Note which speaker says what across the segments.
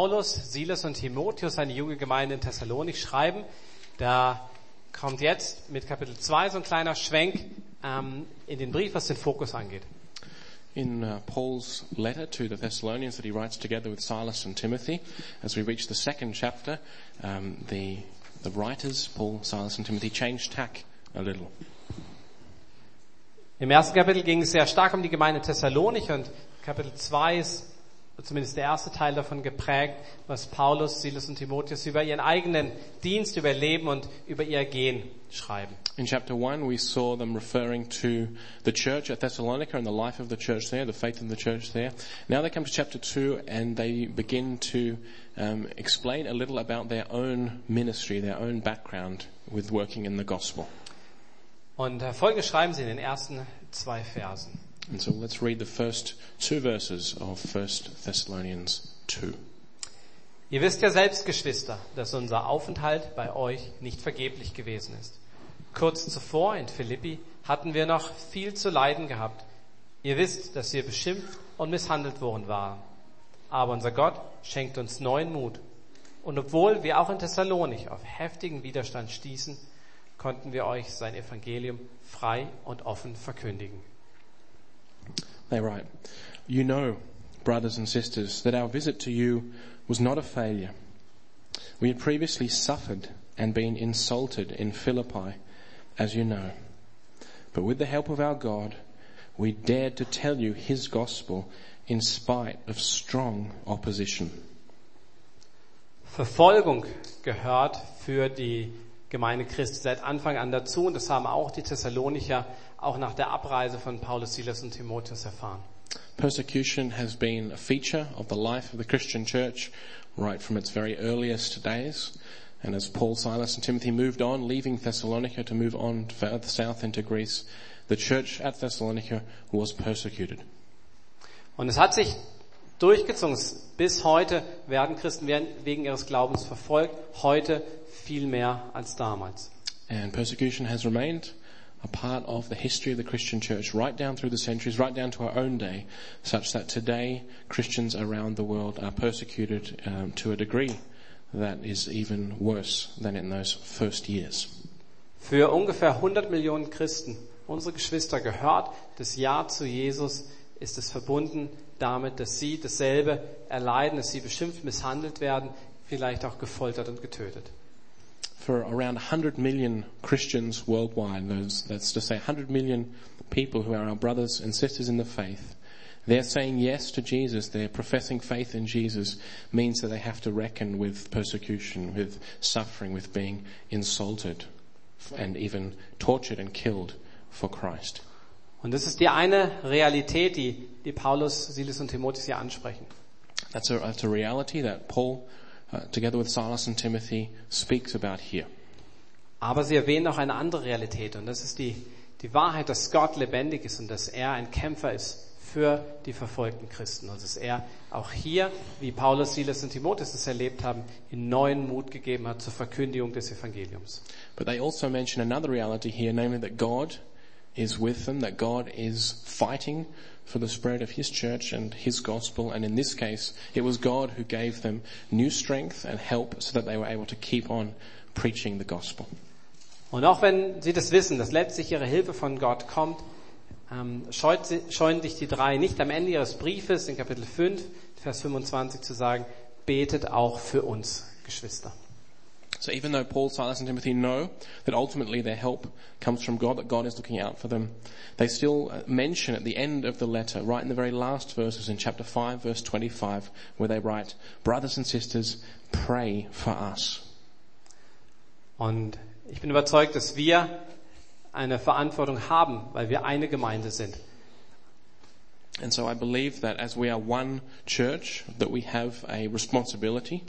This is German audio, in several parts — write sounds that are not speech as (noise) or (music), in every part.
Speaker 1: Paulus, Silas und Timotheus an die junge Gemeinde in Thessalonik schreiben. Da kommt jetzt mit Kapitel 2 so ein kleiner Schwenk ähm, in den Brief, was den Fokus angeht.
Speaker 2: In uh, Paul's letter to the Thessalonians that he writes together with Silas and Timothy, as we reach the second chapter, um, the, the writers, Paul, Silas and Timothy, change tack a little.
Speaker 1: Im ersten Kapitel ging es sehr stark um die Gemeinde Thessalonich und Kapitel 2 ist zumindest der erste Teil davon geprägt, was Paulus, Silas und Timotheus über ihren eigenen Dienst, über Leben und über ihr Gehen schreiben.
Speaker 2: In chapter 1, we saw them referring to the church at Thessalonica and the life of the church there, the faith of the church there. Now they come to chapter 2 and they begin to um, explain a little about their own ministry, their own background with working in the gospel.
Speaker 1: Und äh, folgendes schreiben sie in den ersten zwei Versen.
Speaker 2: And so let's read the first two verses of 1 Thessalonians 2.
Speaker 1: Ihr wisst ja selbst, Geschwister, dass unser Aufenthalt bei euch nicht vergeblich gewesen ist. Kurz zuvor in Philippi hatten wir noch viel zu leiden gehabt. Ihr wisst, dass wir beschimpft und misshandelt worden waren. Aber unser Gott schenkt uns neuen Mut. Und obwohl wir auch in Thessalonich auf heftigen Widerstand stießen, konnten wir euch sein Evangelium frei und offen verkündigen.
Speaker 2: They write, You know, brothers and sisters, that our visit to you was not a failure. We had previously suffered and been insulted in Philippi, as you know. But with the help of our God, we dared to tell you his gospel in spite of strong opposition.
Speaker 1: Verfolgung gehört für die Gemeinde Christi seit Anfang an dazu und das haben auch die Thessalonicher auch nach der Abreise von Paulus, Silas und Timotheus erfahren.
Speaker 2: Persecution has been a feature of the life of the Christian church right from its very earliest days. And as Paul, Silas and Timothy moved on, leaving Thessalonica to move on further south into Greece, the church at Thessalonica was persecuted.
Speaker 1: Und es hat sich durchgezogen. Bis heute werden Christen wegen ihres Glaubens verfolgt, heute viel mehr als damals.
Speaker 2: And persecution has remained a part of the history of the Christian church right down through the centuries, right down to our own day, such that today Christians around the world are persecuted um, to a degree that is even worse than in those first years.
Speaker 1: Für ungefähr 100 Millionen Christen, unsere Geschwister gehört, das Ja zu Jesus ist es verbunden damit, dass sie dasselbe erleiden, dass sie beschimpft, misshandelt werden, vielleicht auch gefoltert und getötet.
Speaker 2: for around 100 million Christians worldwide, those, that's to say 100 million people who are our brothers and sisters in the faith, they're saying yes to Jesus, they're professing faith in Jesus, means that they have to reckon with persecution, with suffering, with being insulted and even tortured and killed for Christ.
Speaker 1: Und das ist die eine Realität, die, die Paulus, Silas und Timotheus hier ansprechen.
Speaker 2: That's a, that's a reality that Paul, uh, together with Silas and Timothy, speaks about here.
Speaker 1: Aber sie erwähnen auch eine andere Realität und das ist die, die Wahrheit, dass Gott lebendig ist und dass er ein Kämpfer ist für die verfolgten Christen und dass er auch hier, wie Paulus, Silas und Timotheus es erlebt haben, ihnen neuen Mut gegeben hat zur Verkündigung des Evangeliums.
Speaker 2: But they also mention another reality here, namely that God is with them, that God is fighting for the spread of His church and His gospel. And in this case, it was God who gave them new strength and help so that they were able to keep on preaching the gospel.
Speaker 1: Und auch wenn sie das wissen, dass letztlich ihre Hilfe von Gott kommt, ähm, scheut sie, scheuen sich die drei nicht am Ende ihres Briefes in Kapitel 5, Vers 25 zu sagen, betet auch für uns, Geschwister.
Speaker 2: So even though Paul, Silas and Timothy know that ultimately their help comes from God, that God is looking out for them, they still uh, mention at the end of the letter, right in the very last verses in chapter 5 verse 25, where they write, brothers and sisters, pray for us.
Speaker 1: Und ich bin überzeugt, dass wir eine Verantwortung haben, weil wir eine Gemeinde sind.
Speaker 2: And so I believe that as we are one church, that we have a responsibility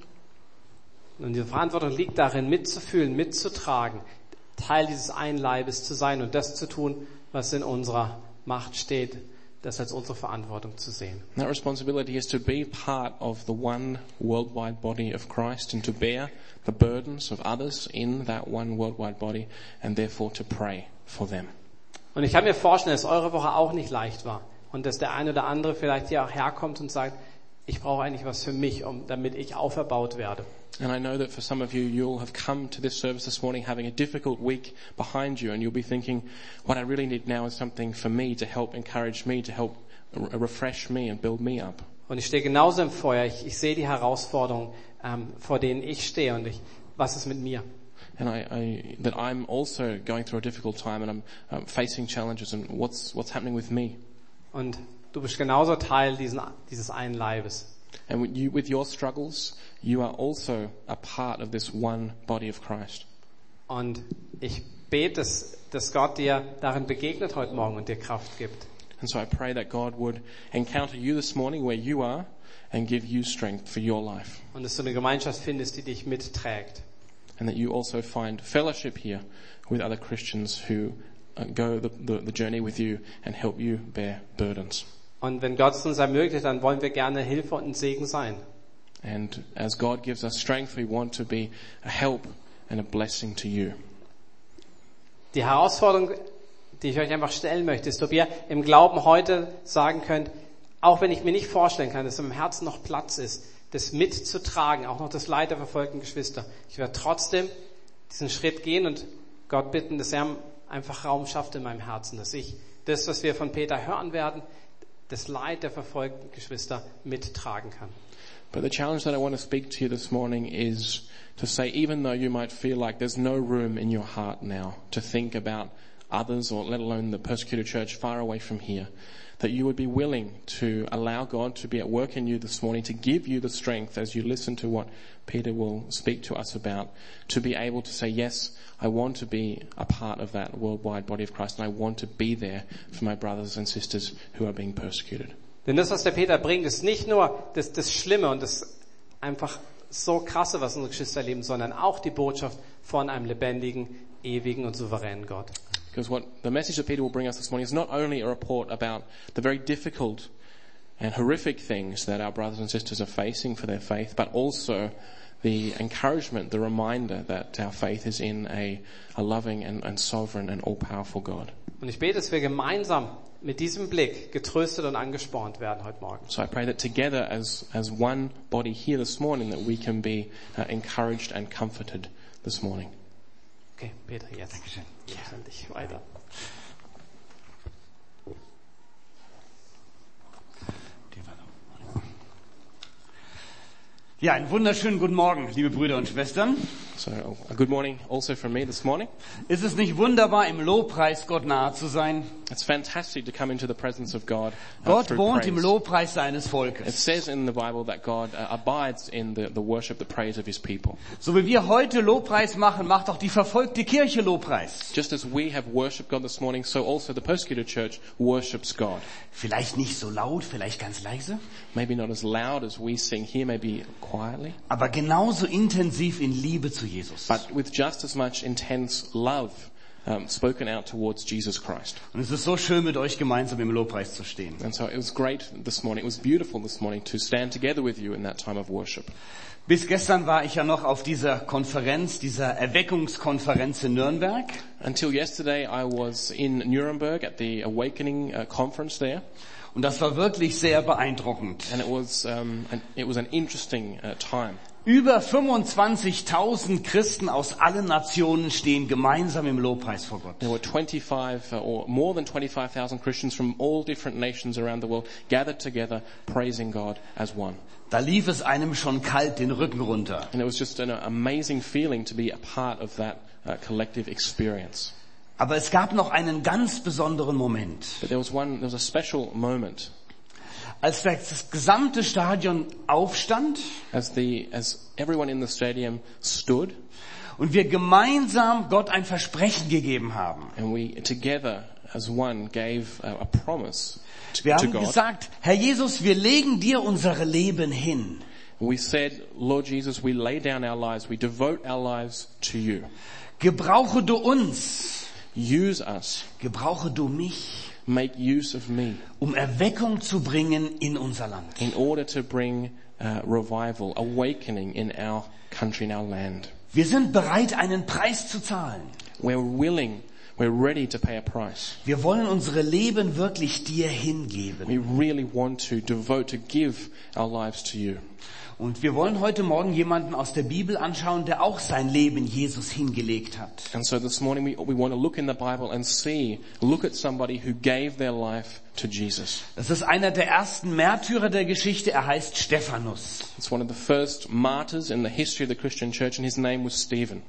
Speaker 1: Und diese Verantwortung liegt darin, mitzufühlen, mitzutragen, Teil dieses einen Leibes zu sein und das zu tun, was in unserer Macht steht, das als unsere Verantwortung zu sehen.
Speaker 2: That responsibility is to be part of the one worldwide body of Christ and to bear the burdens of others in that one worldwide body and therefore to pray for them.
Speaker 1: Und ich kann mir vorstellen, dass eure Woche auch nicht leicht war und dass der eine oder andere vielleicht hier auch herkommt und sagt, Ich brauche eigentlich was für mich, um, damit ich auferbaut werde.
Speaker 2: And I know that for some of you, you'll have come to this service this morning having a difficult week behind you and you'll be thinking, what I really need now is something for me to help encourage me, to help r- refresh me and build me up.
Speaker 1: Und ich stehe genauso im Feuer. Ich, ich sehe die Herausforderungen, ähm, vor denen ich stehe und ich, was ist mit mir?
Speaker 2: And I, I, that I'm also going through a difficult time and I'm um, facing challenges and what's, what's happening with me.
Speaker 1: Und du bist genauso Teil diesen, dieses einen Leibes.
Speaker 2: And with, you, with your struggles, you are also a part of this one body of Christ.
Speaker 1: Und ich bete, dass, dass Gott dir darin begegnet heute Morgen und dir Kraft gibt.
Speaker 2: And so I pray that God would encounter you this morning where you are and give you strength for your life.
Speaker 1: Und dass du eine Gemeinschaft findest, die dich mitträgt.
Speaker 2: And that you also find fellowship here with other Christians who uh, go the, the, the journey with you and help you bear burdens.
Speaker 1: Und wenn Gott es uns ermöglicht, dann wollen wir gerne Hilfe und ein Segen sein.
Speaker 2: And as God gives us strength, we want to be a help and a blessing to you.
Speaker 1: Die Herausforderung, die ich euch einfach stellen möchte, ist, ob ihr im Glauben heute sagen könnt, auch wenn ich mir nicht vorstellen kann, dass im Herzen noch Platz ist, das mitzutragen, auch noch das Leid der verfolgten Geschwister. Ich werde trotzdem diesen Schritt gehen und Gott bitten, dass er einfach Raum schafft in meinem Herzen, dass ich das, was wir von Peter hören werden, das Leid der verfolgten Geschwister mittragen kann.
Speaker 2: But the challenge that I want to speak to you this morning is to say, even though you might feel like there's no room in your heart now to think about others or let alone the persecuted church far away from here, that you would be willing to allow God to be at work in you this morning to give you the strength as you listen to what Peter will speak to us about to be able to say, yes, I want to be a part of that worldwide body of Christ and I want to be there for my brothers and sisters who are being persecuted.
Speaker 1: Denn das, was der Peter bringt, ist nicht nur das, das Schlimme und das einfach so krasse, was unsere Geschwister erleben, sondern auch die Botschaft von einem lebendigen, ewigen und souveränen Gott.
Speaker 2: Because what the message that Peter will bring us this morning is not only a report about the very difficult and horrific things that our brothers and sisters are facing for their faith, but also the encouragement, the reminder that our faith is in a, a loving and, and sovereign and all-powerful God.
Speaker 1: Und ich bete, dass wir gemeinsam mit diesem Blick getröstet und angespornt werden heute Morgen.
Speaker 2: So I pray that together as, as one body here this morning that we can be uh, encouraged and comforted this morning.
Speaker 1: Okay, Peter, jetzt. Dankeschön. Ja, an dich weiter.
Speaker 3: Der war noch. Ja, einen wunderschönen guten Morgen, liebe Brüder und Schwestern.
Speaker 2: So a good morning also from me this morning.
Speaker 3: Ist es nicht wunderbar, im Lobpreis Gott nahe zu sein?
Speaker 2: It's fantastic to come into the presence of God. uh,
Speaker 3: Gott
Speaker 2: through
Speaker 3: wohnt
Speaker 2: praise.
Speaker 3: im Lobpreis seines
Speaker 2: It
Speaker 3: Volkes.
Speaker 2: says in the Bible that God uh, abides in the, the worship, the praise of his people.
Speaker 3: So wie wir heute Lobpreis machen, macht auch die verfolgte Kirche Lobpreis.
Speaker 2: Just as we have worshipped God this morning, so also the persecuted church worships God.
Speaker 3: Vielleicht nicht so laut, vielleicht ganz leise,
Speaker 2: Maybe not as loud as we sing here, maybe quietly,
Speaker 3: aber genauso intensiv in Liebe zu Jesus.
Speaker 2: but with just as much intense love um, spoken out towards Jesus Christ.
Speaker 3: Und es ist so schön, mit euch gemeinsam im Lobpreis zu stehen.
Speaker 2: And so it was great this morning. It was beautiful this morning to stand together with you in that time of worship.
Speaker 3: Bis gestern war ich ja noch auf dieser Konferenz, dieser Erweckungskonferenz in Nürnberg.
Speaker 2: Until yesterday, I was in Nuremberg at the Awakening uh, conference there,
Speaker 3: Und das war wirklich sehr beeindruckend.
Speaker 2: and it was um, an, it was an interesting uh, time.
Speaker 3: Über 25.000 Christen aus allen Nationen stehen gemeinsam im Lobpreis vor Gott.
Speaker 2: There were 25 uh, or more than 25,000 Christians from all different nations around the world gathered together praising God as one.
Speaker 3: Da lief es einem schon kalt den Rücken runter.
Speaker 2: And it was just an uh, amazing feeling to be a part of that uh, collective experience.
Speaker 3: Aber es gab noch einen ganz besonderen Moment.
Speaker 2: But there was one, there was a special moment
Speaker 3: Als das gesamte Stadion aufstand
Speaker 2: as the, as everyone in the stadium stood
Speaker 3: und wir gemeinsam Gott ein Versprechen gegeben haben.
Speaker 2: and we together as one gave uh, a, a promise to,
Speaker 3: Wir
Speaker 2: to
Speaker 3: haben
Speaker 2: God.
Speaker 3: gesagt, Herr Jesus, wir legen dir unsere Leben hin.
Speaker 2: we said, Lord Jesus, we lay down our lives, we devote our lives to you.
Speaker 3: Gebrauche du uns,
Speaker 2: Use us,
Speaker 3: gebrauche du mich,
Speaker 2: make use of me.
Speaker 3: um Erweckung zu bringen in unser Land.
Speaker 2: in order to bring uh, revival, awakening in our country, in our land.
Speaker 3: Wir sind bereit, einen Preis zu zahlen.
Speaker 2: We're willing, We're ready to pay a price.
Speaker 3: Wir wollen unsere Leben wirklich dir hingeben.
Speaker 2: We really want to devote to give our lives to you.
Speaker 3: Und wir wollen heute Morgen jemanden aus der Bibel anschauen, der auch sein Leben Jesus hingelegt hat.
Speaker 2: And so this morning we, we want to look in the Bible and see, look at somebody who gave their life to Jesus.
Speaker 3: Das ist einer der ersten Märtyrer der Geschichte. Er heißt Stephanus.
Speaker 2: It's one of the first martyrs in the history of the Christian church and his name was Stephen.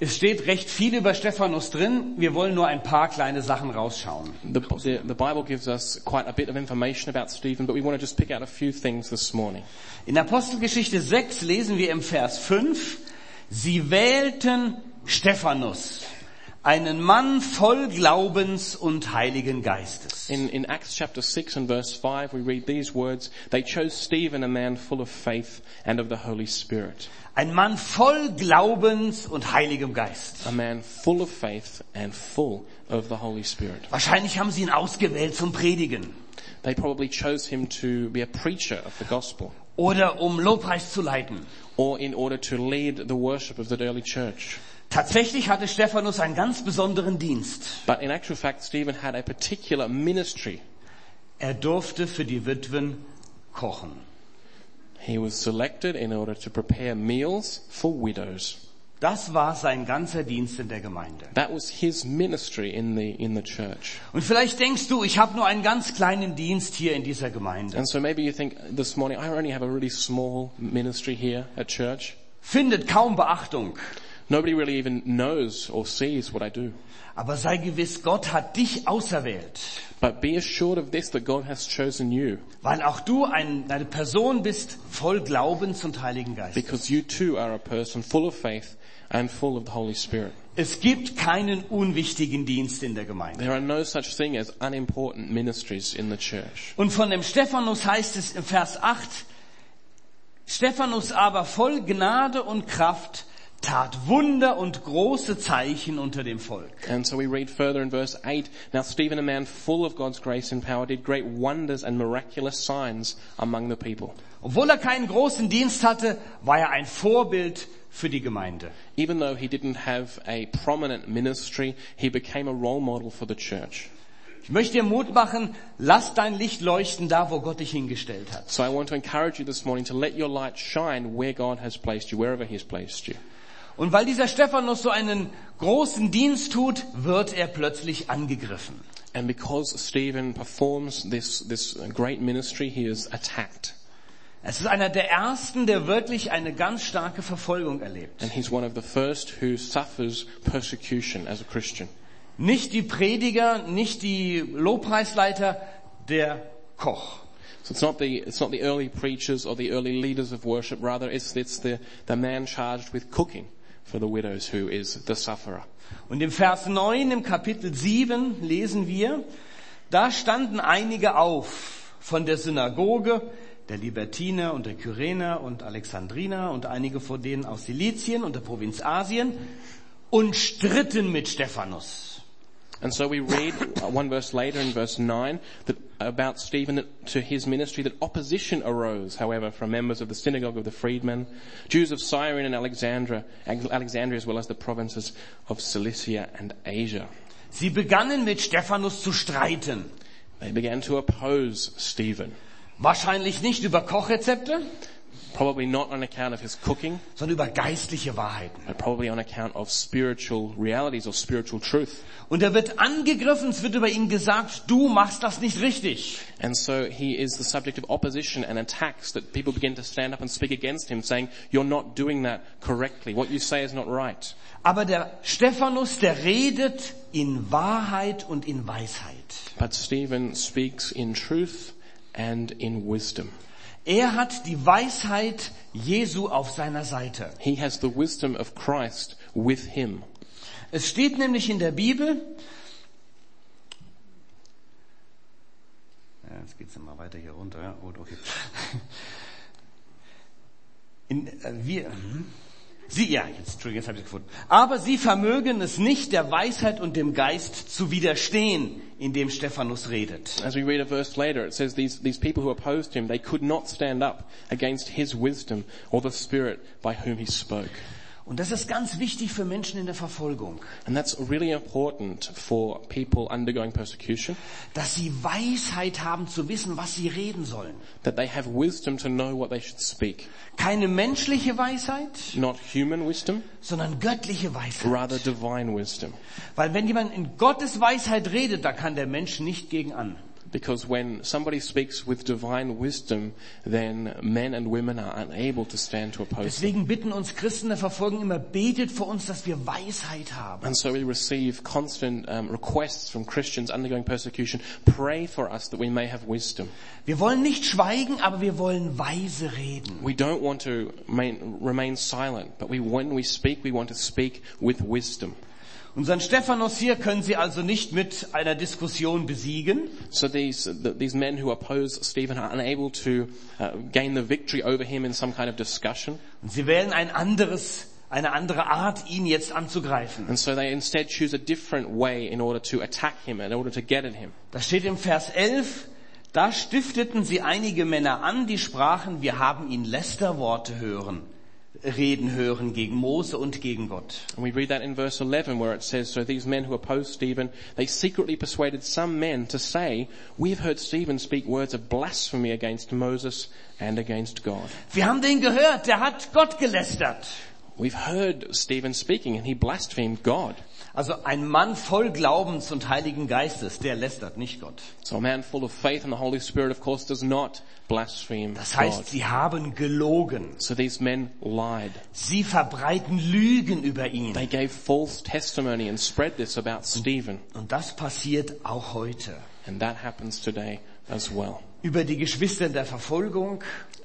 Speaker 3: Es steht recht viel über Stephanus drin. Wir wollen nur ein paar kleine Sachen rausschauen.
Speaker 2: The, the, the Bible gives us quite a bit of information about Stephen, but we want to just pick out a few things this morning.
Speaker 3: In Apostelgeschichte 6 lesen wir im Vers 5, sie wählten Stephanus, einen Mann voll Glaubens und Heiligen Geistes.
Speaker 2: In, in Acts chapter 6 and verse 5, we read these words, they chose Stephen, a man full of faith and of the Holy Spirit.
Speaker 3: Ein Mann voll Glaubens und Heiligem Geist.
Speaker 2: A man full of faith and full of the Holy Spirit.
Speaker 3: Wahrscheinlich haben sie ihn ausgewählt zum Predigen
Speaker 2: They probably chose him to be a preacher of the gospel
Speaker 3: oder um Lobpreis zu leiten.
Speaker 2: or in order to lead the worship of the early church.
Speaker 3: Tatsächlich hatte Stephanus einen ganz besonderen Dienst.
Speaker 2: But in actual fact, Stephen had a particular ministry.
Speaker 3: Er durfte für die Witwen kochen.
Speaker 2: He was selected in order to prepare meals for widows.
Speaker 3: Das war sein ganzer Dienst in der Gemeinde.
Speaker 2: That was his ministry in the, in the church.
Speaker 3: Und vielleicht denkst du, ich habe nur einen ganz kleinen Dienst hier in dieser Gemeinde.
Speaker 2: And so maybe you think this morning, I only have a really small ministry here at church.
Speaker 3: Findet kaum Beachtung.
Speaker 2: Nobody really even knows or sees what I do.
Speaker 3: Aber sei gewiss, Gott hat dich auserwählt,
Speaker 2: But be assured of this, that God has chosen you,
Speaker 3: weil auch du ein, eine Person bist voll Glaubens und Heiligen Geist.
Speaker 2: because you too are a person full of faith and full of the Holy Spirit.
Speaker 3: Es gibt keinen unwichtigen Dienst in der Gemeinde.
Speaker 2: There are no such thing as unimportant ministries in the church.
Speaker 3: Und von dem Stephanus heißt es im Vers 8, Stephanus aber voll Gnade und Kraft tat Wunder und große Zeichen unter dem Volk.
Speaker 2: And so we read further in verse 8, Now Stephen, a man full of God's grace and power, did great wonders and miraculous signs among the people.
Speaker 3: Obwohl er keinen großen Dienst hatte, war er ein Vorbild für die Gemeinde.
Speaker 2: Even though he didn't have a prominent ministry, he became a role model for the church.
Speaker 3: Ich möchte dir Mut machen, lass dein Licht leuchten da, wo Gott dich hingestellt hat.
Speaker 2: So I want to encourage you this morning to let your light shine where God has placed you, wherever He has placed you.
Speaker 3: Und weil dieser Stephanus so einen großen Dienst tut, wird er plötzlich angegriffen.
Speaker 2: And because Stephen performs this, this great ministry, he is attacked.
Speaker 3: Es ist einer der ersten, der wirklich eine ganz starke Verfolgung erlebt.
Speaker 2: And he's one of the first who suffers persecution as a Christian.
Speaker 3: Nicht die Prediger, nicht die Lobpreisleiter, der Koch.
Speaker 2: So it's not the, it's not the early preachers or the early leaders of worship, rather it's, it's the, the man charged with cooking for the widows who is the sufferer.
Speaker 3: Und im Vers 9 im Kapitel 7 lesen wir, da standen einige auf von der Synagoge, der Libertiner und der Kyrener und Alexandriner und einige von denen aus Silizien und der Provinz Asien und stritten mit Stephanus.
Speaker 2: And so we read uh, one verse later in verse 9 that about Stephen that to his ministry that opposition arose, however, from members of the synagogue of the freedmen, Jews of Cyrene and Alexandria, Alex- Alexandria as well as the provinces of Cilicia and Asia.
Speaker 3: Sie begannen mit Stephanus zu streiten.
Speaker 2: They began to oppose Stephen,
Speaker 3: Wahrscheinlich nicht über Kochrezepte,
Speaker 2: probably not on account of his cooking,
Speaker 3: sondern über geistliche Wahrheiten.
Speaker 2: but probably on account of spiritual realities or spiritual truth.
Speaker 3: Und er wird angegriffen, es wird über ihn gesagt, du machst das nicht richtig.
Speaker 2: And so he is the subject of opposition and attacks that people begin to stand up and speak against him saying, you're not doing that correctly. What you say is not right.
Speaker 3: Aber der Stephanus, der redet in Wahrheit und in Weisheit.
Speaker 2: But Stephen speaks in truth and in wisdom.
Speaker 3: Er hat die Weisheit Jesu auf seiner Seite.
Speaker 2: He has the wisdom of Christ with him.
Speaker 3: Es steht nämlich in der Bibel, Ja, jetzt geht's immer weiter hier runter. Ja? Gut, okay. In, äh, wir, mhm. sie, ja, jetzt, Entschuldigung, jetzt habe ich gefunden. Aber sie vermögen es nicht, der Weisheit und dem Geist zu widerstehen, in dem Stephanus redet.
Speaker 2: As we read a verse later, it says these, these people who opposed him, they could not stand up against his wisdom or the spirit by whom he spoke.
Speaker 3: Und das ist ganz wichtig für Menschen in der Verfolgung,
Speaker 2: And that's really important for people undergoing persecution,
Speaker 3: dass sie Weisheit haben zu wissen, was sie reden sollen.
Speaker 2: that they have wisdom to know what they should speak.
Speaker 3: Keine menschliche Weisheit,
Speaker 2: Not human wisdom,
Speaker 3: sondern göttliche Weisheit.
Speaker 2: rather divine wisdom.
Speaker 3: Weil wenn jemand in Gottes Weisheit redet, da kann der Mensch nicht gegen an.
Speaker 2: Because when somebody speaks with divine wisdom, then men and women are unable to stand to oppose them.
Speaker 3: Deswegen bitten uns Christen der Verfolgung immer, betet für uns, dass wir Weisheit haben.
Speaker 2: And so we receive constant um, requests from Christians undergoing persecution. Pray for us that we may have wisdom.
Speaker 3: Wir wollen nicht schweigen, aber wir wollen weise reden.
Speaker 2: We don't want to main, remain silent, but we, when we speak, we want to speak with wisdom.
Speaker 3: Unseren Stephanus hier können Sie also nicht mit einer Diskussion besiegen.
Speaker 2: So these th these men who oppose Stephen are unable to uh, gain the victory over him in some kind of discussion,
Speaker 3: Und Sie wählen ein anderes, eine andere Art, ihn jetzt anzugreifen.
Speaker 2: and so they instead choose a different way in order to attack him, in order to get at him.
Speaker 3: Das steht im Vers 11. Da stifteten sie einige Männer an, die sprachen, wir haben ihn Lästerworte hören, reden hören gegen Mose und gegen Gott.
Speaker 2: And we read that in verse 11 where it says, so these men who opposed Stephen, they secretly persuaded some men to say, we've heard Stephen speak words of blasphemy against Moses and against God.
Speaker 3: Wir haben den gehört, der hat Gott gelästert.
Speaker 2: We've heard Stephen speaking and he blasphemed God.
Speaker 3: Also ein Mann voll Glaubens und Heiligen Geistes, der lästert nicht Gott.
Speaker 2: So a man full of faith and the Holy Spirit of course does not blaspheme
Speaker 3: Das
Speaker 2: God.
Speaker 3: heißt, sie haben gelogen.
Speaker 2: So these men lied.
Speaker 3: Sie verbreiten Lügen über
Speaker 2: They
Speaker 3: ihn.
Speaker 2: gave false testimony and spread this about Stephen.
Speaker 3: Und das passiert auch heute.
Speaker 2: And that happens today as well.
Speaker 3: Über die Geschwister der Verfolgung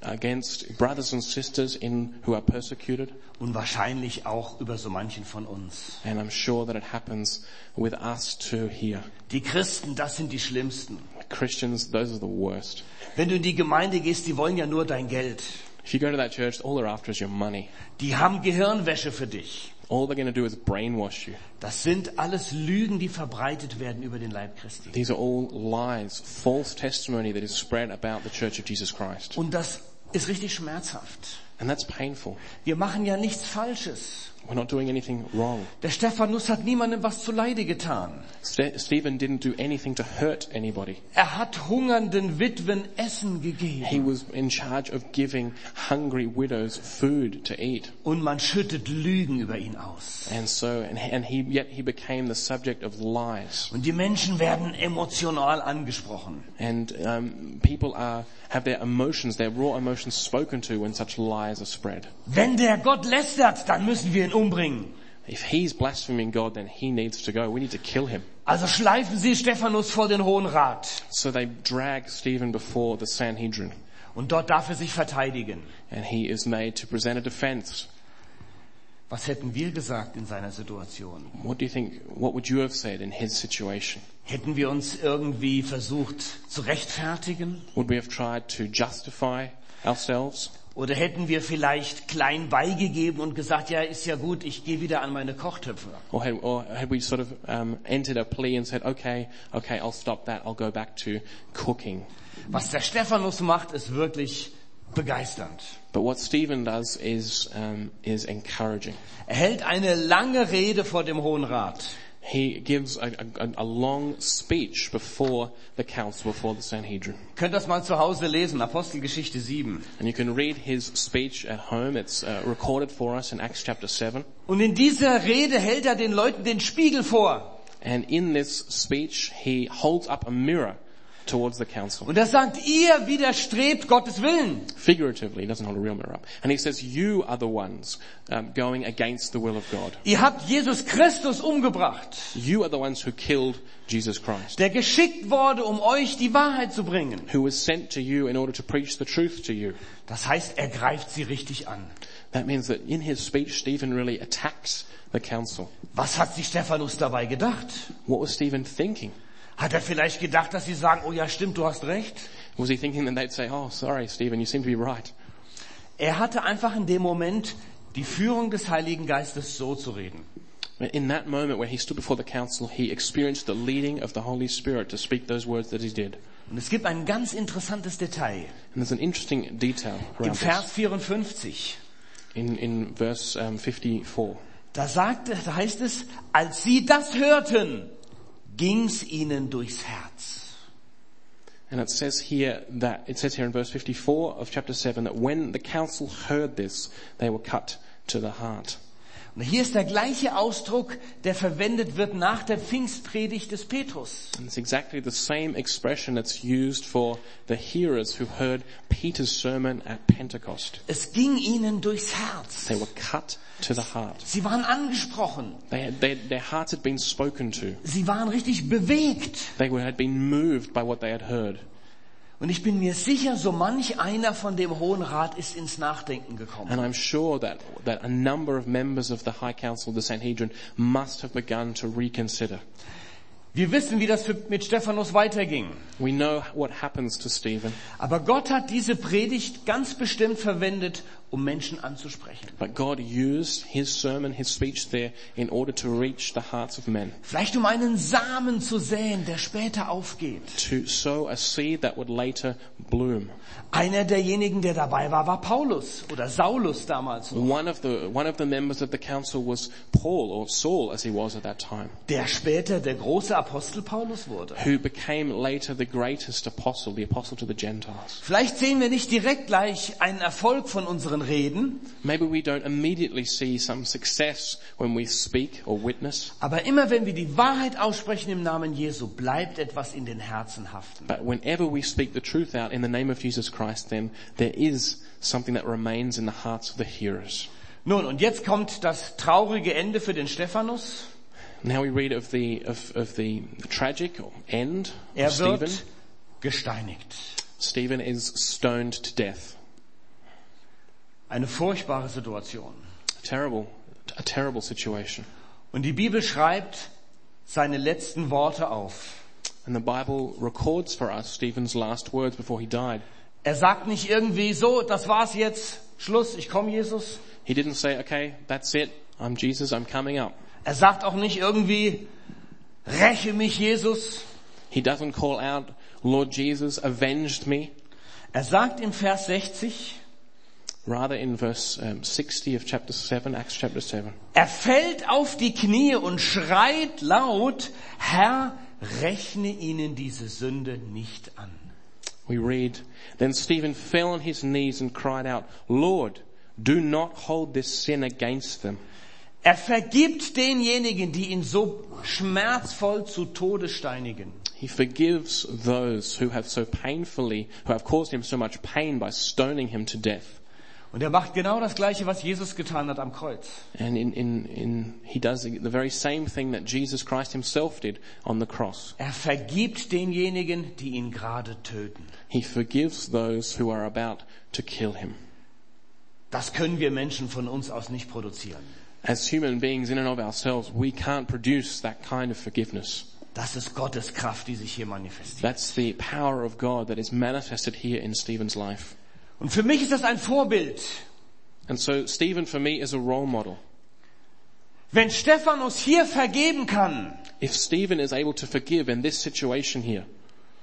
Speaker 2: Against brothers and sisters in, who are persecuted.
Speaker 3: und wahrscheinlich auch über so manchen von uns.
Speaker 2: And I'm sure that it happens with us too here.
Speaker 3: Die Christen, das sind die Schlimmsten.
Speaker 2: Christians, those are the worst.
Speaker 3: Wenn du in die Gemeinde gehst, die wollen ja nur dein Geld.
Speaker 2: If you go to that church, all they're after is your money.
Speaker 3: Die haben Gehirnwäsche für dich.
Speaker 2: All they're going to do is brainwash you.
Speaker 3: Das sind alles Lügen, die verbreitet werden über den Leib Christi.
Speaker 2: These are all lies, false testimony that is spread about the Church of Jesus Christ.
Speaker 3: Und das ist richtig schmerzhaft.
Speaker 2: And that's painful.
Speaker 3: Wir machen ja nichts Falsches.
Speaker 2: We're not doing anything wrong.
Speaker 3: Der Stephanus hat niemandem was zuleide getan.
Speaker 2: Ste- Stephen didn't do anything to hurt anybody.
Speaker 3: Er hat hungernden Witwen Essen
Speaker 2: He
Speaker 3: gegeben.
Speaker 2: was in charge of giving hungry widows food to eat.
Speaker 3: Und man schüttet Lügen über ihn aus.
Speaker 2: And so, and, and he, yet he became the subject of lies.
Speaker 3: Und die Menschen werden emotional angesprochen.
Speaker 2: And um, people are, have their emotions, their raw emotions spoken to when such lies are spread.
Speaker 3: Wenn der Gott lästert, dann müssen wir ihn umbringen.
Speaker 2: If he's blaspheming God, then he needs to go. We need to kill him.
Speaker 3: Also schleifen Sie Stephanus vor den Hohen Rat.
Speaker 2: So they drag Stephen before the Sanhedrin.
Speaker 3: Und dort darf er sich verteidigen.
Speaker 2: And he is made to present a defense.
Speaker 3: Was hätten wir gesagt in seiner Situation?
Speaker 2: What do you think, what would you have said in his situation?
Speaker 3: Hätten wir uns irgendwie versucht zu rechtfertigen?
Speaker 2: Would we have tried to justify ourselves?
Speaker 3: Oder hätten wir vielleicht klein beigegeben und gesagt, ja, ist ja gut, ich gehe wieder an meine Kochtöpfe.
Speaker 2: Or had, or had we sort of um, entered a plea and said, okay, okay, I'll stop that. I'll go back to cooking.
Speaker 3: Was der Stephanus macht, ist wirklich begeisternd.
Speaker 2: But what Stephen does is um, is encouraging.
Speaker 3: Er hält eine lange Rede vor dem Hohen Rat.
Speaker 2: He gives a, a, a long speech before the council, before the Sanhedrin,
Speaker 3: Ihr könnt das mal zu Hause lesen, Apostelgeschichte 7.
Speaker 2: and you can read his speech at home. It's uh, recorded for us in Acts chapter seven.
Speaker 3: Und in dieser Rede hält er den Leuten den Spiegel vor.
Speaker 2: And in this speech, he holds up a mirror towards the council,
Speaker 3: Und er sagt, ihr widerstrebt Gottes Willen.
Speaker 2: figuratively. He doesn't hold a real mirror up, and he says, "You are the ones um, going against the will of God."
Speaker 3: Ihr habt Jesus Christus umgebracht,
Speaker 2: You are the ones who killed Jesus Christ,
Speaker 3: der geschickt wurde, um euch die Wahrheit zu bringen.
Speaker 2: who was sent to you in order to preach the truth to you.
Speaker 3: Das heißt, er greift sie richtig an.
Speaker 2: That means that in his speech, Stephen really attacks the council.
Speaker 3: Was hat sich Stephanus dabei gedacht?
Speaker 2: What was Stephen thinking?
Speaker 3: Hat er vielleicht gedacht, dass sie sagen, oh ja, stimmt, du hast recht?
Speaker 2: Was he thinking that they'd say, oh, sorry, Stephen, you seem to be right?
Speaker 3: Er hatte einfach in dem Moment die Führung des Heiligen Geistes so zu reden.
Speaker 2: In that moment where he stood before the council, he experienced the leading of the Holy Spirit to speak those words that he did.
Speaker 3: Und es gibt ein ganz interessantes Detail.
Speaker 2: And there's an interesting detail
Speaker 3: Im
Speaker 2: around this.
Speaker 3: Vers 54.
Speaker 2: in, in verse um, 54.
Speaker 3: Da sagt, da heißt es, als sie das hörten, ging's ihnen durchs Herz.
Speaker 2: And it says here that, it says here in verse 54 of chapter 7 that when the council heard this, they were cut to the heart.
Speaker 3: Und hier ist der gleiche Ausdruck, der verwendet wird nach der Pfingstpredigt des Petrus.
Speaker 2: And it's exactly the same expression that's used for the hearers who heard Peter's sermon at Pentecost.
Speaker 3: Es ging ihnen durchs Herz.
Speaker 2: They were cut to the heart.
Speaker 3: Sie waren angesprochen.
Speaker 2: They had, they, their hearts had been spoken to.
Speaker 3: Sie waren richtig bewegt.
Speaker 2: They were, had been moved by what they had heard.
Speaker 3: Und ich bin mir sicher, so manch einer von dem Hohen Rat ist ins Nachdenken gekommen.
Speaker 2: And I'm sure that, that a number of members of the High Council, the Sanhedrin, must have begun to reconsider.
Speaker 3: Wir wissen, wie das für, mit Stephanus weiterging.
Speaker 2: We know what happens to Stephen,
Speaker 3: Aber Gott hat diese Predigt ganz bestimmt verwendet, um Menschen anzusprechen.
Speaker 2: but God used his sermon, his speech there in order to reach the hearts of men,
Speaker 3: Vielleicht um einen Samen zu säen, der später aufgeht.
Speaker 2: to sow a seed that would later bloom.
Speaker 3: Einer derjenigen, der dabei war, war Paulus oder Saulus damals. noch,
Speaker 2: One of the, one of the members of the council was Paul, or Saul as he was at that time,
Speaker 3: Der später der große Apostel Paulus wurde.
Speaker 2: who became later the greatest apostle, the apostle to the Gentiles.
Speaker 3: Vielleicht sehen wir nicht direkt gleich einen Erfolg von unseren Reden,
Speaker 2: Maybe we don't immediately see some success when we speak or witness,
Speaker 3: aber immer wenn wir die Wahrheit aussprechen im Namen Jesu, bleibt etwas in den Herzen haften.
Speaker 2: but whenever we speak the truth out in the name of Jesus Christ, then there is something that remains in the hearts of the hearers.
Speaker 3: Nun, und jetzt kommt das traurige Ende für den Stephanus.
Speaker 2: Now we read of the, of, of the tragic end of
Speaker 3: Er
Speaker 2: Stephen.
Speaker 3: wird gesteinigt.
Speaker 2: Stephen is stoned to death.
Speaker 3: Eine furchtbare Situation.
Speaker 2: Terrible, a terrible situation.
Speaker 3: Und die Bibel schreibt seine letzten Worte auf.
Speaker 2: And the Bible records for us Stephen's last words before he died.
Speaker 3: Er sagt nicht irgendwie so, das war's jetzt, Schluss, ich komme Jesus.
Speaker 2: He didn't say, okay, that's it, I'm Jesus, I'm coming up.
Speaker 3: Er sagt auch nicht irgendwie, räche mich Jesus.
Speaker 2: He doesn't call out, Lord Jesus, avenged me.
Speaker 3: Er sagt im Vers 60,
Speaker 2: Rather in verse um, 60 of chapter 7, Acts chapter 7.
Speaker 3: er fällt auf die Knie und schreit laut, Herr, rechne ihnen diese Sünde nicht an.
Speaker 2: We read, Then Stephen fell on his knees and cried out, Lord, do not hold this sin against them.
Speaker 3: Er vergibt denjenigen, die ihn so schmerzvoll zu Tode steinigen.
Speaker 2: He forgives those who have so painfully, who have caused him so much pain by stoning him to death.
Speaker 3: Und er macht genau das Gleiche, was Jesus getan hat am Kreuz.
Speaker 2: And in, in, in, he does the very same thing that Jesus Christ himself did on the cross.
Speaker 3: Er vergibt denjenigen, die ihn gerade töten.
Speaker 2: He forgives those who are about to kill him.
Speaker 3: Das können wir Menschen von uns aus nicht produzieren.
Speaker 2: As human beings in and of ourselves, we can't produce that kind of forgiveness.
Speaker 3: Das ist Gottes Kraft, die sich hier manifestiert.
Speaker 2: That's the power of God that is manifested here in Stephen's life.
Speaker 3: Und für mich ist das ein Vorbild.
Speaker 2: And so Stephen for me is a role model.
Speaker 3: Wenn Stephanus hier vergeben kann,
Speaker 2: If Stephen is able to forgive in this situation here,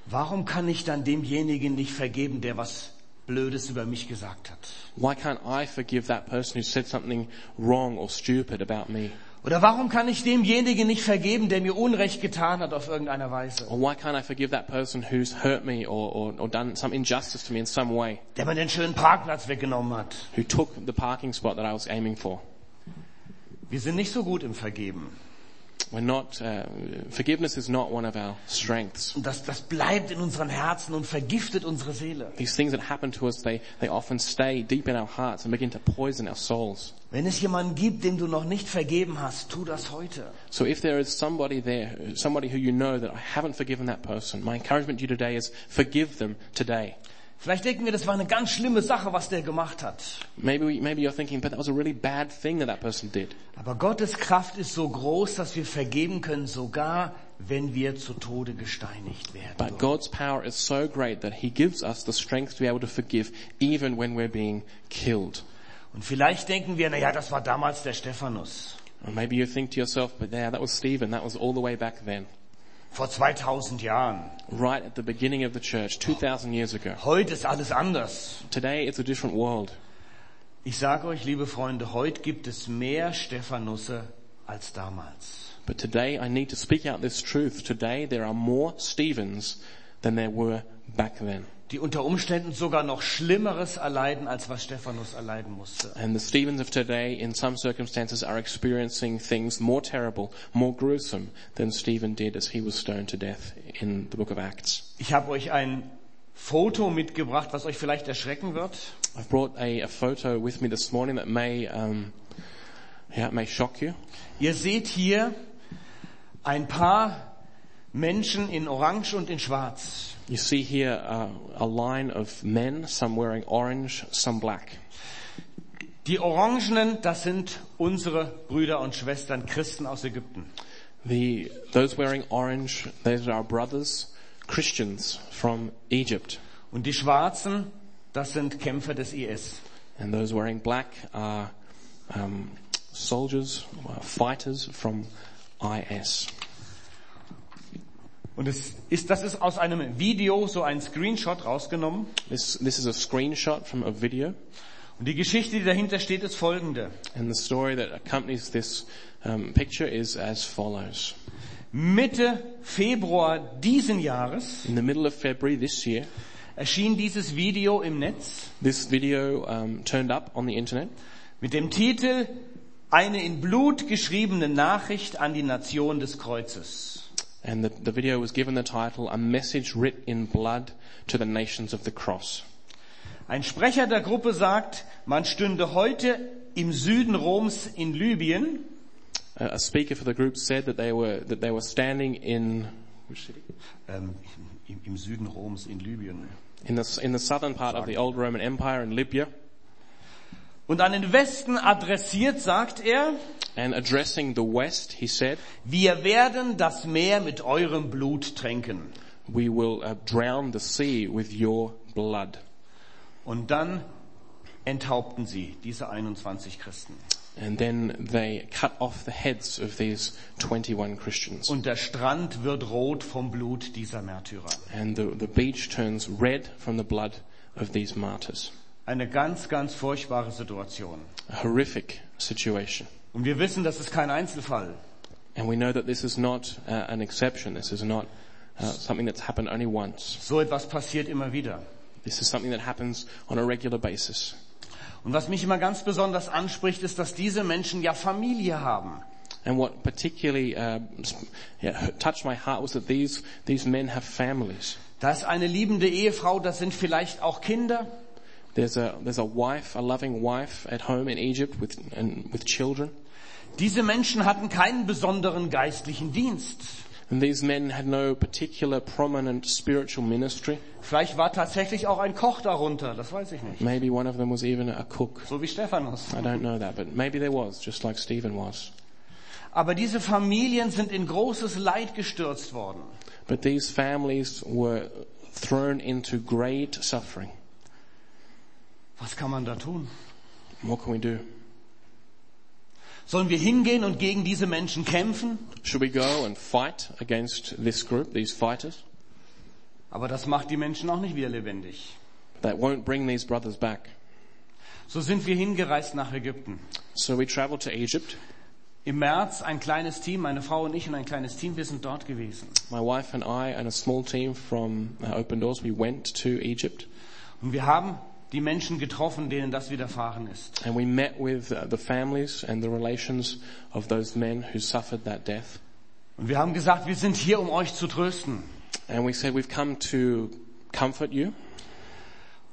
Speaker 3: warum kann ich dann demjenigen nicht vergeben, der was Blödes über mich gesagt hat?
Speaker 2: why can't I forgive that person who said something wrong or stupid about me?
Speaker 3: Oder warum kann ich demjenigen nicht vergeben, der mir Unrecht getan hat auf irgendeiner Weise?
Speaker 2: Or why can't I forgive that person who's hurt me or, or, or done some injustice to me in some way?
Speaker 3: Der mir den schönen Parkplatz weggenommen hat.
Speaker 2: Who took the parking spot that I was aiming for?
Speaker 3: Wir sind nicht so gut im Vergeben.
Speaker 2: We're not, uh, forgiveness is not one of our strengths.
Speaker 3: Und das, das bleibt in unseren Herzen und vergiftet unsere Seele.
Speaker 2: These things that happen to us, they, they often stay deep in our hearts and begin to poison our souls.
Speaker 3: Wenn es jemanden gibt, dem du noch nicht vergeben hast, tu das heute.
Speaker 2: So if there is somebody there, somebody who you know that I haven't forgiven that person, my encouragement to you today is forgive them today.
Speaker 3: Vielleicht denken wir, das war eine ganz schlimme Sache, was der gemacht hat.
Speaker 2: Maybe, we, maybe you're thinking, but that was a really bad thing that that person did.
Speaker 3: Aber Gottes Kraft ist so groß, dass wir vergeben können, sogar wenn wir zu Tode gesteinigt werden.
Speaker 2: But God's power is so great that He gives us the strength to be able to forgive even when we're being killed.
Speaker 3: Und vielleicht denken wir, naja, das war damals der Stephanus.
Speaker 2: Or maybe you think to yourself, but yeah, that was Stephen, that was all the way back then.
Speaker 3: Vor 2000 Jahren.
Speaker 2: Right at the beginning of the church, 2,000 years ago.
Speaker 3: Heute ist alles anders.
Speaker 2: Today it's a different world.
Speaker 3: Ich sage euch, liebe Freunde, heute gibt es mehr Stephanusse als damals.
Speaker 2: But today I need to speak out this truth. Today there are more Stevens than there were back then.
Speaker 3: Die unter Umständen sogar noch Schlimmeres erleiden, als was Stephanus erleiden musste.
Speaker 2: And the Stevens of today, in some circumstances, are experiencing things more terrible, more gruesome than Stephen did as he was stoned to death in the book of Acts.
Speaker 3: Ich habe euch ein Foto mitgebracht, was euch vielleicht erschrecken wird.
Speaker 2: I've brought a, a photo with me this morning that may, um, yeah, it may shock you.
Speaker 3: Ihr seht hier ein paar Menschen in Orange und in Schwarz.
Speaker 2: You see here uh, a line of men, some wearing orange, some black.
Speaker 3: Die Orangenen, das sind unsere Brüder und Schwestern, Christen aus Ägypten.
Speaker 2: The, those wearing orange, those are our brothers, Christians from Egypt.
Speaker 3: Und die Schwarzen, das sind Kämpfer des IS.
Speaker 2: And those wearing black are um, soldiers, uh, fighters from IS.
Speaker 3: Und es ist, das ist aus einem Video so ein Screenshot rausgenommen.
Speaker 2: This, this is a screenshot from a video,
Speaker 3: Und die Geschichte, die dahinter steht, ist folgende.
Speaker 2: and the story that accompanies this um, picture is as follows.
Speaker 3: Mitte Februar diesen Jahres
Speaker 2: In the middle of February this year,
Speaker 3: erschien dieses Video im Netz
Speaker 2: this video um, turned up on the internet
Speaker 3: mit dem Titel Eine in Blut geschriebene Nachricht an die Nation des Kreuzes.
Speaker 2: And the, the video was given the title, A Message Writ in Blood to the Nations of the Cross.
Speaker 3: Ein Sprecher der Gruppe sagt, man stünde heute im Süden Roms in Libyen
Speaker 2: A, a speaker for the group said that they were, that they were standing in, which city?
Speaker 3: ähm, im, im Süden Roms in Libyen.
Speaker 2: In the, s- in the southern part of the old Roman Empire in Libya.
Speaker 3: Und an den Westen adressiert sagt er,
Speaker 2: And addressing the West, he said,
Speaker 3: wir werden das Meer mit eurem Blut tränken.
Speaker 2: we will uh, drown the sea with your blood.
Speaker 3: Und dann enthaupten sie diese 21 Christen.
Speaker 2: And then they cut off the heads of these 21 Christians.
Speaker 3: Und der Strand wird rot vom Blut dieser Märtyrer.
Speaker 2: And the, the beach turns red from the blood of these martyrs.
Speaker 3: Eine ganz, ganz furchtbare Situation.
Speaker 2: A horrific situation.
Speaker 3: Und wir wissen, das ist kein Einzelfall.
Speaker 2: And we know that this is not uh, an exception. This is not uh, something that's happened only once.
Speaker 3: So etwas passiert immer wieder.
Speaker 2: This is something that happens on a regular basis.
Speaker 3: Und was mich immer ganz besonders anspricht, ist, dass diese Menschen ja Familie haben.
Speaker 2: And what particularly uh, sp- yeah, touched my heart was that these these men have families.
Speaker 3: Da ist eine liebende Ehefrau, das sind vielleicht auch Kinder.
Speaker 2: There's a there's a wife, a loving wife at home in Egypt with and with children.
Speaker 3: Diese Menschen hatten keinen besonderen geistlichen Dienst.
Speaker 2: And these men had no particular prominent spiritual ministry.
Speaker 3: Vielleicht war tatsächlich auch ein Koch darunter, das weiß ich nicht.
Speaker 2: Maybe one of them was even a cook.
Speaker 3: So wie Stephanus.
Speaker 2: I don't know that, but maybe there was, just like Stephen was.
Speaker 3: Aber diese Familien sind in großes Leid gestürzt worden.
Speaker 2: But these families were thrown into great suffering.
Speaker 3: Was kann man da tun?
Speaker 2: What can we do?
Speaker 3: Sollen wir hingehen und gegen diese Menschen kämpfen?
Speaker 2: Should we go and fight against this group, these fighters?
Speaker 3: Aber das macht die Menschen auch nicht wieder lebendig.
Speaker 2: That won't bring these brothers back.
Speaker 3: So sind wir hingereist nach Ägypten.
Speaker 2: So we traveled to Egypt.
Speaker 3: Im März ein kleines Team, meine Frau und ich und ein kleines Team, wir sind dort gewesen.
Speaker 2: My wife and I and a small team from uh, Open Doors, we went to Egypt
Speaker 3: Und wir haben die Menschen getroffen, denen das widerfahren ist.
Speaker 2: and we met with uh, the families and the relations of those men who suffered that death.
Speaker 3: Und wir haben gesagt, wir sind hier, um euch zu trösten.
Speaker 2: And we said, we've come to comfort you.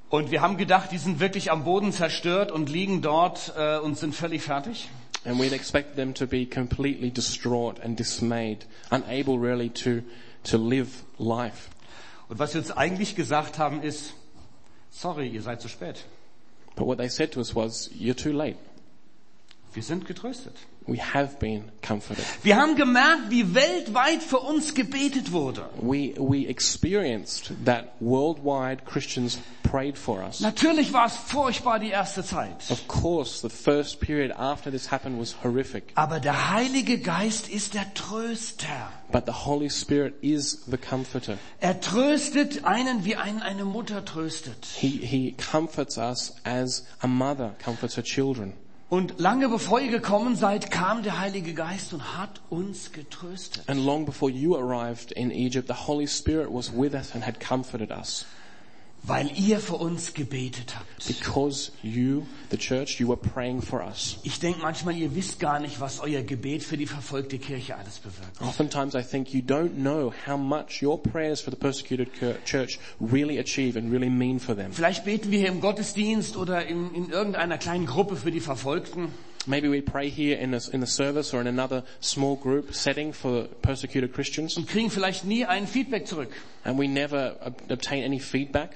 Speaker 3: Und wir haben gedacht, die sind wirklich am Boden zerstört und liegen dort äh, und sind völlig fertig.
Speaker 2: And we'd expect them to be completely distraught and dismayed, unable really to, to live life.
Speaker 3: Und was wir uns eigentlich gesagt haben ist, sorry, ihr seid zu spät.
Speaker 2: But what they said to us was, you're too late.
Speaker 3: Wir sind getröstet.
Speaker 2: We have been comforted.
Speaker 3: Wir haben gemerkt, wie weltweit für uns gebetet wurde.
Speaker 2: We, we experienced that worldwide Christians prayed for us.
Speaker 3: Natürlich war es furchtbar die erste Zeit.
Speaker 2: Of course, the first period after this happened was horrific,
Speaker 3: Aber der Heilige Geist ist der Tröster.
Speaker 2: but the Holy Spirit is the comforter.
Speaker 3: Er tröstet einen, wie einen eine Mutter tröstet.
Speaker 2: He, he comforts us as a mother comforts her children.
Speaker 3: Und lange bevor ihr gekommen seid, kam der Heilige Geist und hat uns getröstet.
Speaker 2: And long before you arrived in Egypt, the Holy Spirit was with us and had comforted us.
Speaker 3: Weil ihr für uns gebetet habt.
Speaker 2: Because you, the church, you were praying for us.
Speaker 3: Ich denke manchmal, ihr wisst gar nicht, was euer Gebet für die verfolgte Kirche alles bewirkt.
Speaker 2: Oftentimes I think you don't know how much your prayers for the persecuted cur- church really achieve and really mean for them.
Speaker 3: Vielleicht beten wir hier im Gottesdienst oder in, in irgendeiner kleinen Gruppe für die Verfolgten.
Speaker 2: Maybe we pray here in the, in the service or in another small group setting for persecuted Christians
Speaker 3: und kriegen vielleicht nie ein Feedback zurück.
Speaker 2: and we never ob- obtain any feedback.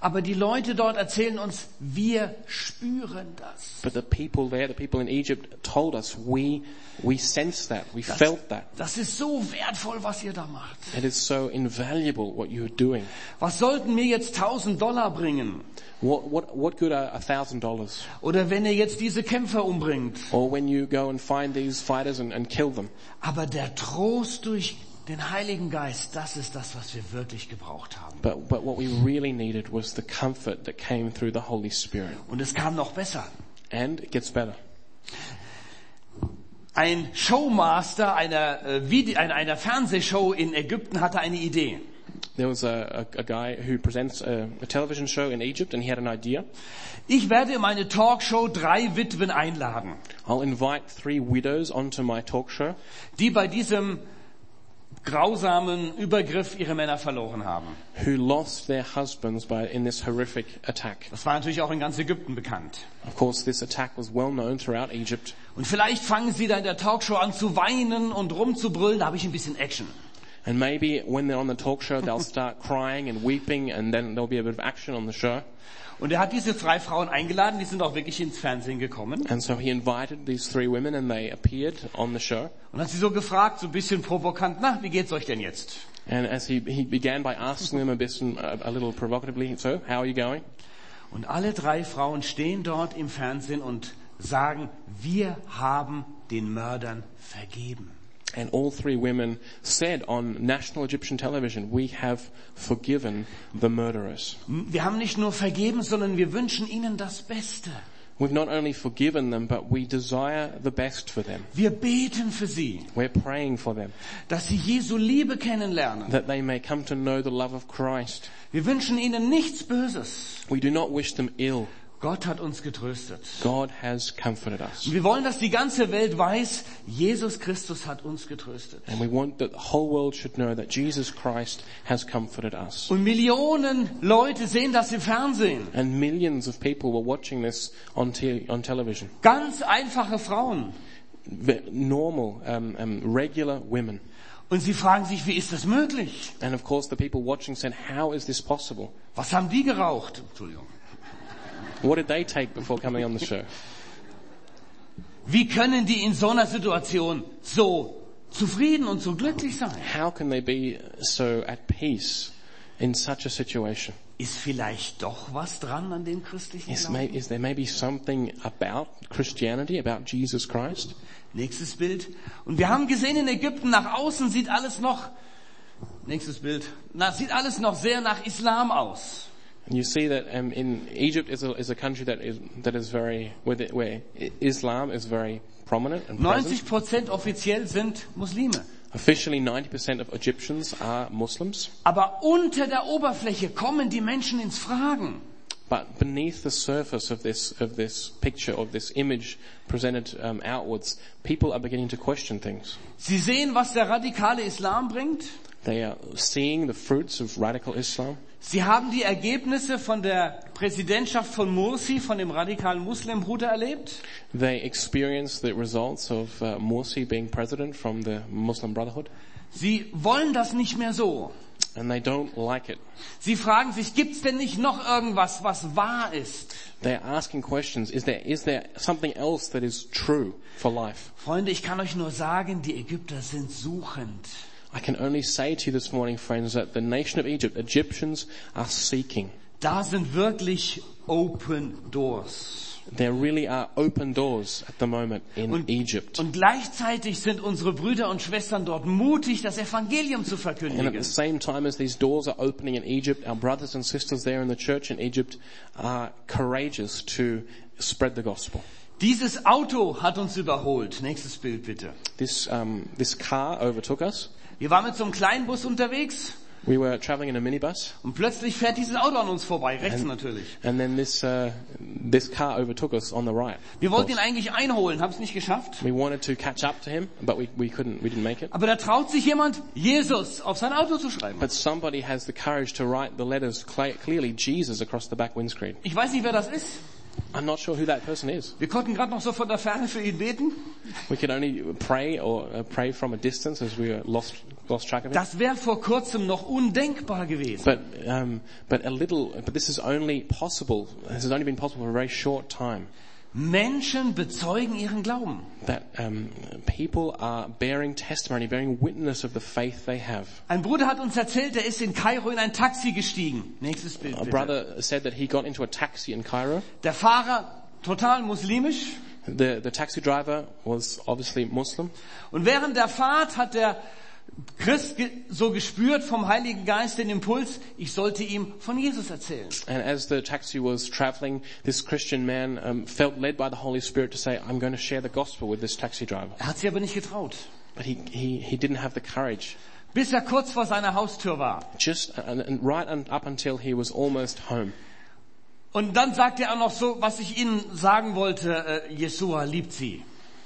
Speaker 3: Aber die Leute dort erzählen uns, wir spüren das.
Speaker 2: But the people there, the people in Egypt told us we, we sensed that, we felt that.
Speaker 3: Das ist so wertvoll, was ihr da macht.
Speaker 2: It is so invaluable what you are doing.
Speaker 3: Was sollten mir jetzt 1000 Dollar bringen?
Speaker 2: What, what, what good are a thousand dollars?
Speaker 3: Oder wenn ihr jetzt diese Kämpfer umbringt?
Speaker 2: Or when you go and find these fighters and, and kill them.
Speaker 3: Aber der Trost durch den Heiligen Geist, das ist das, was wir wirklich gebraucht haben.
Speaker 2: But, but what we really needed was the comfort that came through the Holy Spirit.
Speaker 3: Und es kam noch besser.
Speaker 2: And it gets better.
Speaker 3: Ein Showmaster einer, äh, Vide- einer- einer Fernsehshow in Ägypten hatte eine Idee.
Speaker 2: There was a, a, a guy who presents a, a television show in Egypt and he had an idea.
Speaker 3: Ich werde in meine Talkshow drei Witwen einladen.
Speaker 2: I'll invite three widows onto my talk show
Speaker 3: die bei diesem grausamen Übergriff ihre Männer verloren haben.
Speaker 2: who lost their husbands by, in this horrific attack.
Speaker 3: Das war natürlich auch in ganz Ägypten bekannt.
Speaker 2: Of course, this attack was well known throughout Egypt.
Speaker 3: Und vielleicht fangen sie da in der Talkshow an zu weinen und rumzubrüllen, da habe ich ein bisschen Action.
Speaker 2: And maybe when they're on the talk show, they'll start (laughs) crying and weeping and then there'll be a bit of action on the show.
Speaker 3: Und er hat diese drei Frauen eingeladen, die sind auch wirklich ins Fernsehen gekommen.
Speaker 2: And so he invited these three women and they appeared on the show.
Speaker 3: Und hat sie so gefragt, so ein bisschen provokant, na, wie geht's euch denn jetzt?
Speaker 2: And as he, he began by asking them a bit, um, a, a little provocatively, so, how are you going?
Speaker 3: Und alle drei Frauen stehen dort im Fernsehen und sagen, wir haben den Mördern vergeben.
Speaker 2: And all three women said on national Egyptian television, we have forgiven the murderers.
Speaker 3: Wir haben nicht nur vergeben, sondern wir wünschen ihnen das Beste.
Speaker 2: We've not only forgiven them, but we desire the best for them.
Speaker 3: Wir beten für sie,
Speaker 2: We're praying for them,
Speaker 3: dass sie Jesu Liebe kennenlernen.
Speaker 2: that they may come to know the love of Christ.
Speaker 3: Wir wünschen ihnen nichts Böses.
Speaker 2: We do not wish them ill.
Speaker 3: Gott hat uns getröstet.
Speaker 2: God has comforted us.
Speaker 3: Und wir wollen, dass die ganze Welt weiß, Jesus Christus hat uns getröstet.
Speaker 2: And we want that the whole world should know that Jesus Christ has comforted us.
Speaker 3: Und Millionen Leute sehen das im Fernsehen.
Speaker 2: And millions of people were watching this on, te- on television.
Speaker 3: Ganz einfache Frauen.
Speaker 2: v- normal, um, um, regular women.
Speaker 3: Und sie fragen sich, wie ist das möglich?
Speaker 2: And of course, the people watching said, "How is this possible?
Speaker 3: Was haben die geraucht? Entschuldigung.
Speaker 2: What did they take before coming on the show?
Speaker 3: Wie können die in so einer Situation so zufrieden und so glücklich sein?
Speaker 2: How can they be so at peace in such a situation?
Speaker 3: Ist vielleicht doch was dran an dem christlichen
Speaker 2: Is,
Speaker 3: Glauben?
Speaker 2: may, is there maybe something about Christianity, about Jesus Christ?"
Speaker 3: Nächstes Bild. Und wir haben gesehen, in Ägypten nach außen sieht alles noch, nächstes Bild, na, sieht alles noch sehr nach Islam aus.
Speaker 2: And you see that um, in Egypt is a, is a country that is that is very where, the, where I- Islam is very prominent and present.
Speaker 3: 90 Prozent offiziell sind Muslime.
Speaker 2: Officially, 90% of Egyptians are Muslims,
Speaker 3: Aber unter der Oberfläche kommen die Menschen ins Fragen.
Speaker 2: But beneath the surface of this of this picture of this image presented um, outwards, people are beginning to question things.
Speaker 3: Sie sehen, was der radikale Islam bringt.
Speaker 2: They are seeing the fruits of radical Islam.
Speaker 3: Sie haben die Ergebnisse von der Präsidentschaft von Mursi, von dem radikalen Muslimbruder erlebt.
Speaker 2: They experience the results of uh, Morsi being president from the Muslim Brotherhood,
Speaker 3: Sie wollen das nicht mehr so.
Speaker 2: and they don't like it.
Speaker 3: Sie fragen sich, gibt's denn nicht noch irgendwas, was wahr ist?
Speaker 2: They're asking questions. Is there, is there something else that is true for life?
Speaker 3: Freunde, ich kann euch nur sagen, die Ägypter sind suchend.
Speaker 2: I can only say to you this morning, friends, that the nation of Egypt, Egyptians are seeking.
Speaker 3: Da sind wirklich Open Doors.
Speaker 2: There really are open doors at the moment in
Speaker 3: Und-
Speaker 2: Egypt.
Speaker 3: Und gleichzeitig sind unsere Brüder und Schwestern dort mutig, das Evangelium zu
Speaker 2: and at the
Speaker 3: verkündigen.
Speaker 2: same time as these doors are opening in Egypt, our brothers and sisters there in the church in Egypt are courageous to spread the gospel.
Speaker 3: Dieses Auto hat uns überholt. Nächstes Bild bitte.
Speaker 2: This, um, this car overtook us.
Speaker 3: Wir waren mit so einem kleinen Bus unterwegs
Speaker 2: We were traveling in a minibus
Speaker 3: und plötzlich fährt dieses Auto an uns vorbei, rechts natürlich.
Speaker 2: and then this, uh, this car overtook us on the right.
Speaker 3: Wir
Speaker 2: of
Speaker 3: wollten ihn
Speaker 2: course.
Speaker 3: eigentlich einholen, haben es nicht geschafft.
Speaker 2: We wanted to catch up to him, but we, we couldn't, we didn't make it.
Speaker 3: Aber da traut sich jemand, Jesus auf sein Auto zu schreiben.
Speaker 2: But somebody has the courage to write the letters cla clearly Jesus across the back windscreen.
Speaker 3: Ich weiß nicht, wer das ist.
Speaker 2: I'm not sure who that person is.
Speaker 3: Wir konnten gerade noch so von der Ferne für ihn beten.
Speaker 2: We could only pray or uh, pray from a distance as we were lost, lost track of him.
Speaker 3: Das wäre vor kurzem noch undenkbar gewesen.
Speaker 2: But, um, but a little, but this is only possible, this has only been possible for a very short time,
Speaker 3: Menschen bezeugen ihren Glauben.
Speaker 2: that um, people are bearing testimony, bearing witness of the faith they have.
Speaker 3: Ein Bruder hat uns erzählt, er ist in Kairo in ein Taxi gestiegen. Nächstes Bild
Speaker 2: A
Speaker 3: bitte.
Speaker 2: brother said that he got into a taxi in Cairo.
Speaker 3: Der Fahrer total muslimisch.
Speaker 2: The, the taxi driver was obviously Muslim.
Speaker 3: Und während der Fahrt hat der Christ ge so gespürt vom Heiligen Geist den Impuls, ich sollte ihm von Jesus erzählen.
Speaker 2: And as the taxi was traveling, this Christian man um, felt led by the Holy Spirit to say, I'm going to share the gospel with this taxi driver.
Speaker 3: Er hat sie aber nicht getraut.
Speaker 2: But he, he, he didn't have the courage.
Speaker 3: Bis er kurz vor seiner Haustür war.
Speaker 2: Just uh, and, and right un up until he was almost home.
Speaker 3: Und dann sagt er auch noch so, was ich Ihnen sagen wollte, äh, Jesua liebt sie.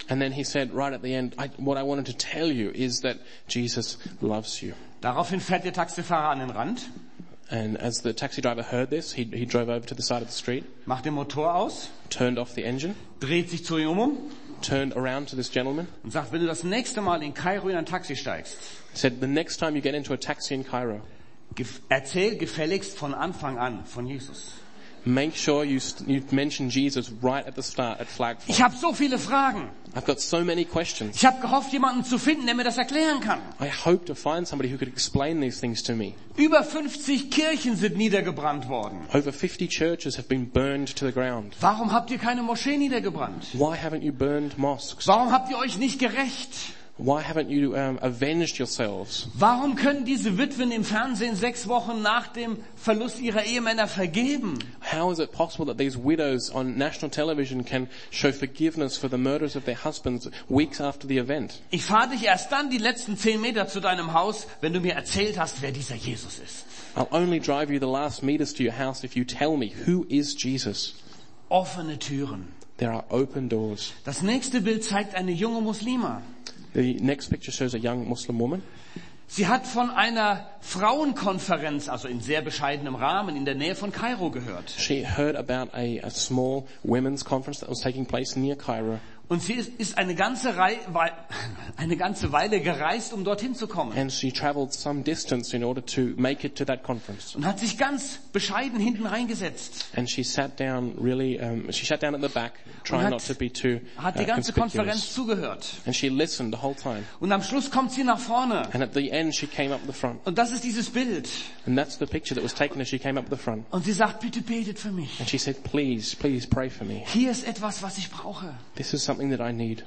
Speaker 2: And then he said right at the end, I, what I wanted to tell you is that Jesus loves you.
Speaker 3: Daraufhin fährt der Taxifahrer an den Rand,
Speaker 2: And as the taxi driver heard this, he, he drove over to the side of the street,
Speaker 3: macht den Motor aus,
Speaker 2: turned off the engine,
Speaker 3: dreht sich zu ihm um
Speaker 2: turned around to this gentleman,
Speaker 3: und sagt, wenn du das nächste Mal in Kairo in ein Taxi steigst,
Speaker 2: said, the next time you get into a taxi in Cairo,
Speaker 3: gef erzähl gefälligst von Anfang an von Jesus.
Speaker 2: make sure you, st- you mention Jesus right at the start at flag four.
Speaker 3: Ich habe so viele Fragen.
Speaker 2: I've got so many questions.
Speaker 3: Ich habe gehofft, jemanden zu finden, der mir das erklären kann.
Speaker 2: I hope to find somebody who could explain these things to me.
Speaker 3: Über 50 Kirchen sind niedergebrannt worden.
Speaker 2: Over 50 churches have been burned to the ground.
Speaker 3: Warum habt ihr keine Moschee niedergebrannt?
Speaker 2: Why haven't you burned mosques?
Speaker 3: Warum habt ihr euch nicht gerecht?
Speaker 2: Why haven't you um, avenged yourselves?
Speaker 3: Warum können diese Witwen im Fernsehen sechs Wochen nach dem Verlust ihrer Ehemänner vergeben?
Speaker 2: How is it possible that these widows on national television can show forgiveness for the murders of their husbands weeks after the event?
Speaker 3: Ich fahre dich erst dann die letzten zehn Meter zu deinem Haus, wenn du mir erzählt hast, wer dieser Jesus ist.
Speaker 2: I'll only drive you the last meters to your house if you tell me who is Jesus.
Speaker 3: Offene Türen.
Speaker 2: There are open doors.
Speaker 3: Das nächste Bild zeigt eine junge Muslima.
Speaker 2: The next picture shows a young Muslim woman.
Speaker 3: Sie hat von einer Frauenkonferenz, also in sehr bescheidenem Rahmen, in der Nähe von Kairo gehört.
Speaker 2: She heard about a, a small women's conference that was taking place near Cairo.
Speaker 3: Und sie ist, ist eine, ganze Rei Wei- (laughs) eine ganze Weile gereist, um dorthin zu kommen.
Speaker 2: and she traveled some distance in order to make it to that conference.
Speaker 3: Und hat sich ganz bescheiden hinten reingesetzt.
Speaker 2: And she sat down really, um, she sat down at the back, trying
Speaker 3: hat-
Speaker 2: not to be too uh,
Speaker 3: Hat die ganze
Speaker 2: conspicuous.
Speaker 3: Konferenz zugehört.
Speaker 2: And she listened the whole time.
Speaker 3: Und am Schluss kommt sie nach vorne.
Speaker 2: And at the end, she came up the front.
Speaker 3: Und das ist dieses Bild.
Speaker 2: And that's the picture that was taken as she came up the front.
Speaker 3: Und sie sagt, bitte betet für mich.
Speaker 2: And she said, please, please pray for me.
Speaker 3: Hier ist etwas, was ich brauche.
Speaker 2: This is something that I need.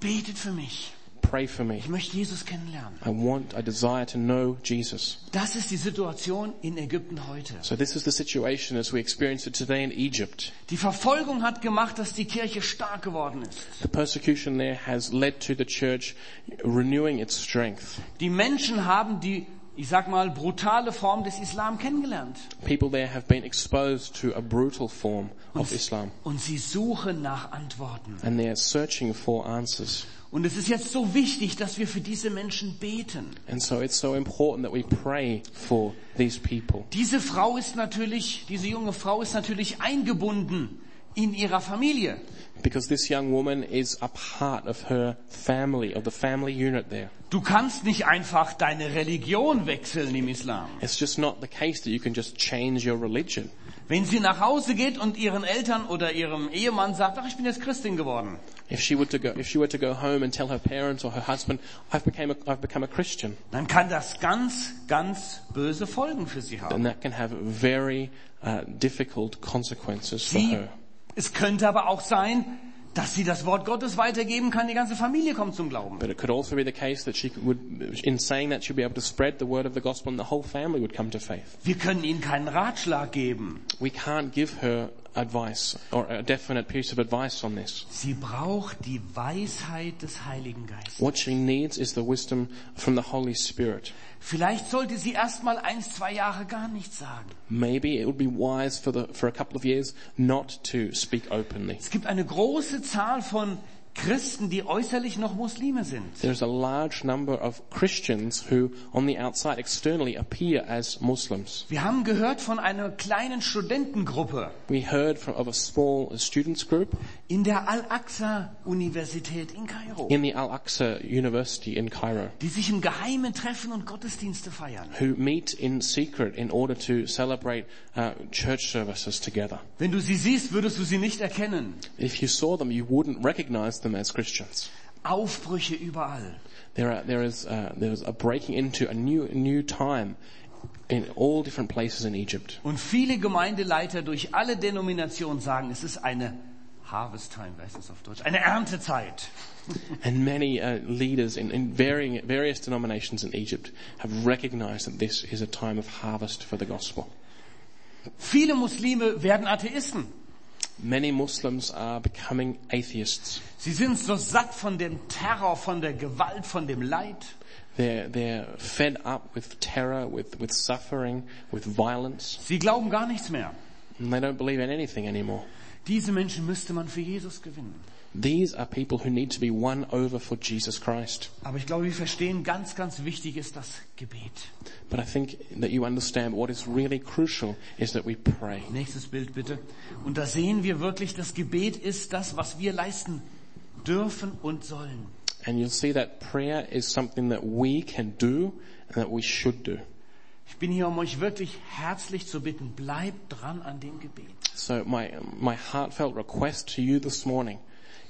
Speaker 3: Betet für mich.
Speaker 2: Pray for me.
Speaker 3: Ich möchte Jesus kennenlernen.
Speaker 2: I want, I desire to know Jesus.
Speaker 3: Das ist die Situation in Ägypten heute.
Speaker 2: So this is the situation as we experience it today in Egypt.
Speaker 3: Die Verfolgung hat gemacht, dass die Kirche stark geworden ist.
Speaker 2: The persecution there has led to the church renewing its strength.
Speaker 3: Die Menschen haben die, ich sag mal, brutale Form des Islam kennengelernt.
Speaker 2: People there have been exposed to a brutal form of Islam
Speaker 3: Und sie suchen nach Antworten.
Speaker 2: and they are searching for answers.
Speaker 3: Und es ist jetzt so wichtig, dass wir für diese Menschen beten.
Speaker 2: And so it's so important that we pray for these people.
Speaker 3: Diese Frau ist natürlich, diese junge Frau ist natürlich eingebunden in ihrer Familie.
Speaker 2: because this young woman is a part of her family, of the family unit there.
Speaker 3: Du kannst nicht einfach deine Religion wechseln im Islam.
Speaker 2: It's just not the case that you can just change your religion.
Speaker 3: Wenn sie nach Hause geht und ihren Eltern oder ihrem Ehemann sagt, ach, ich bin jetzt Christin geworden,
Speaker 2: If she were to go, if she were to go home and tell her parents or her husband, I've became a, I've become a Christian,
Speaker 3: dann kann das ganz, ganz böse Folgen für sie haben.
Speaker 2: then that can have very uh, difficult consequences for
Speaker 3: Sie,
Speaker 2: her.
Speaker 3: es könnte aber auch sein, dass sie das Wort Gottes weitergeben kann, die ganze Familie kommt zum Glauben.
Speaker 2: But it could also be the case that she would, in saying that, she'd be able to spread the word of the gospel and the whole family would come to faith.
Speaker 3: Wir können ihnen keinen Ratschlag geben.
Speaker 2: We can't give her advice or a definite piece of advice on this.
Speaker 3: Sie braucht die Weisheit des Heiligen Geistes.
Speaker 2: What she needs is the wisdom from the Holy Spirit.
Speaker 3: Vielleicht sollte sie erst mal eins, zwei Jahre gar nichts sagen.
Speaker 2: Maybe it would be wise for, the, for a couple of years not to speak openly.
Speaker 3: Es gibt eine große Zahl von Christen, die äußerlich noch Muslime sind.
Speaker 2: There's a large number of Christians who, on the outside, externally appear as Muslims.
Speaker 3: Wir haben gehört von einer kleinen Studentengruppe
Speaker 2: We heard from, of a small students group
Speaker 3: in der Al-Aqsa-Universität in Kairo,
Speaker 2: in the Al-Aqsa University in Cairo
Speaker 3: die sich im Geheimen treffen und Gottesdienste feiern.
Speaker 2: who meet in secret in order to celebrate uh, church services together.
Speaker 3: Wenn du sie siehst, würdest du sie nicht erkennen.
Speaker 2: If you saw them, you wouldn't recognize them as Christians.
Speaker 3: Aufbrüche überall.
Speaker 2: There, are, there is uh, there is a breaking into a new new time in all different places in Egypt,
Speaker 3: Und viele Gemeindeleiter durch alle Denominationen sagen, es ist eine Harvest Time, wie heißt das auf Deutsch? Eine Erntezeit.
Speaker 2: and many uh, leaders in, in varying various denominations in Egypt have recognized that this is a time of harvest for the gospel.
Speaker 3: Viele Muslime werden Atheisten.
Speaker 2: Many Muslims are becoming atheists.
Speaker 3: Sie sind so satt von dem Terror, von der Gewalt, von dem Leid.
Speaker 2: They're they're fed up with terror, with with suffering, with violence,
Speaker 3: Sie glauben gar nichts mehr.
Speaker 2: and they don't believe in anything anymore.
Speaker 3: Diese Menschen müsste man für Jesus gewinnen.
Speaker 2: These are people who need to be won over for Jesus Christ.
Speaker 3: Aber ich glaube, wir verstehen, ganz, ganz wichtig ist das Gebet.
Speaker 2: But I think that you understand what is really crucial is that we pray.
Speaker 3: Nächstes Bild bitte. Und da sehen wir wirklich, das Gebet ist das, was wir leisten dürfen und sollen.
Speaker 2: And you'll see that prayer is something that we can do and that we should do.
Speaker 3: Ich bin hier, um euch wirklich herzlich zu bitten, bleibt dran an dem Gebet.
Speaker 2: So my, my heartfelt request to you this morning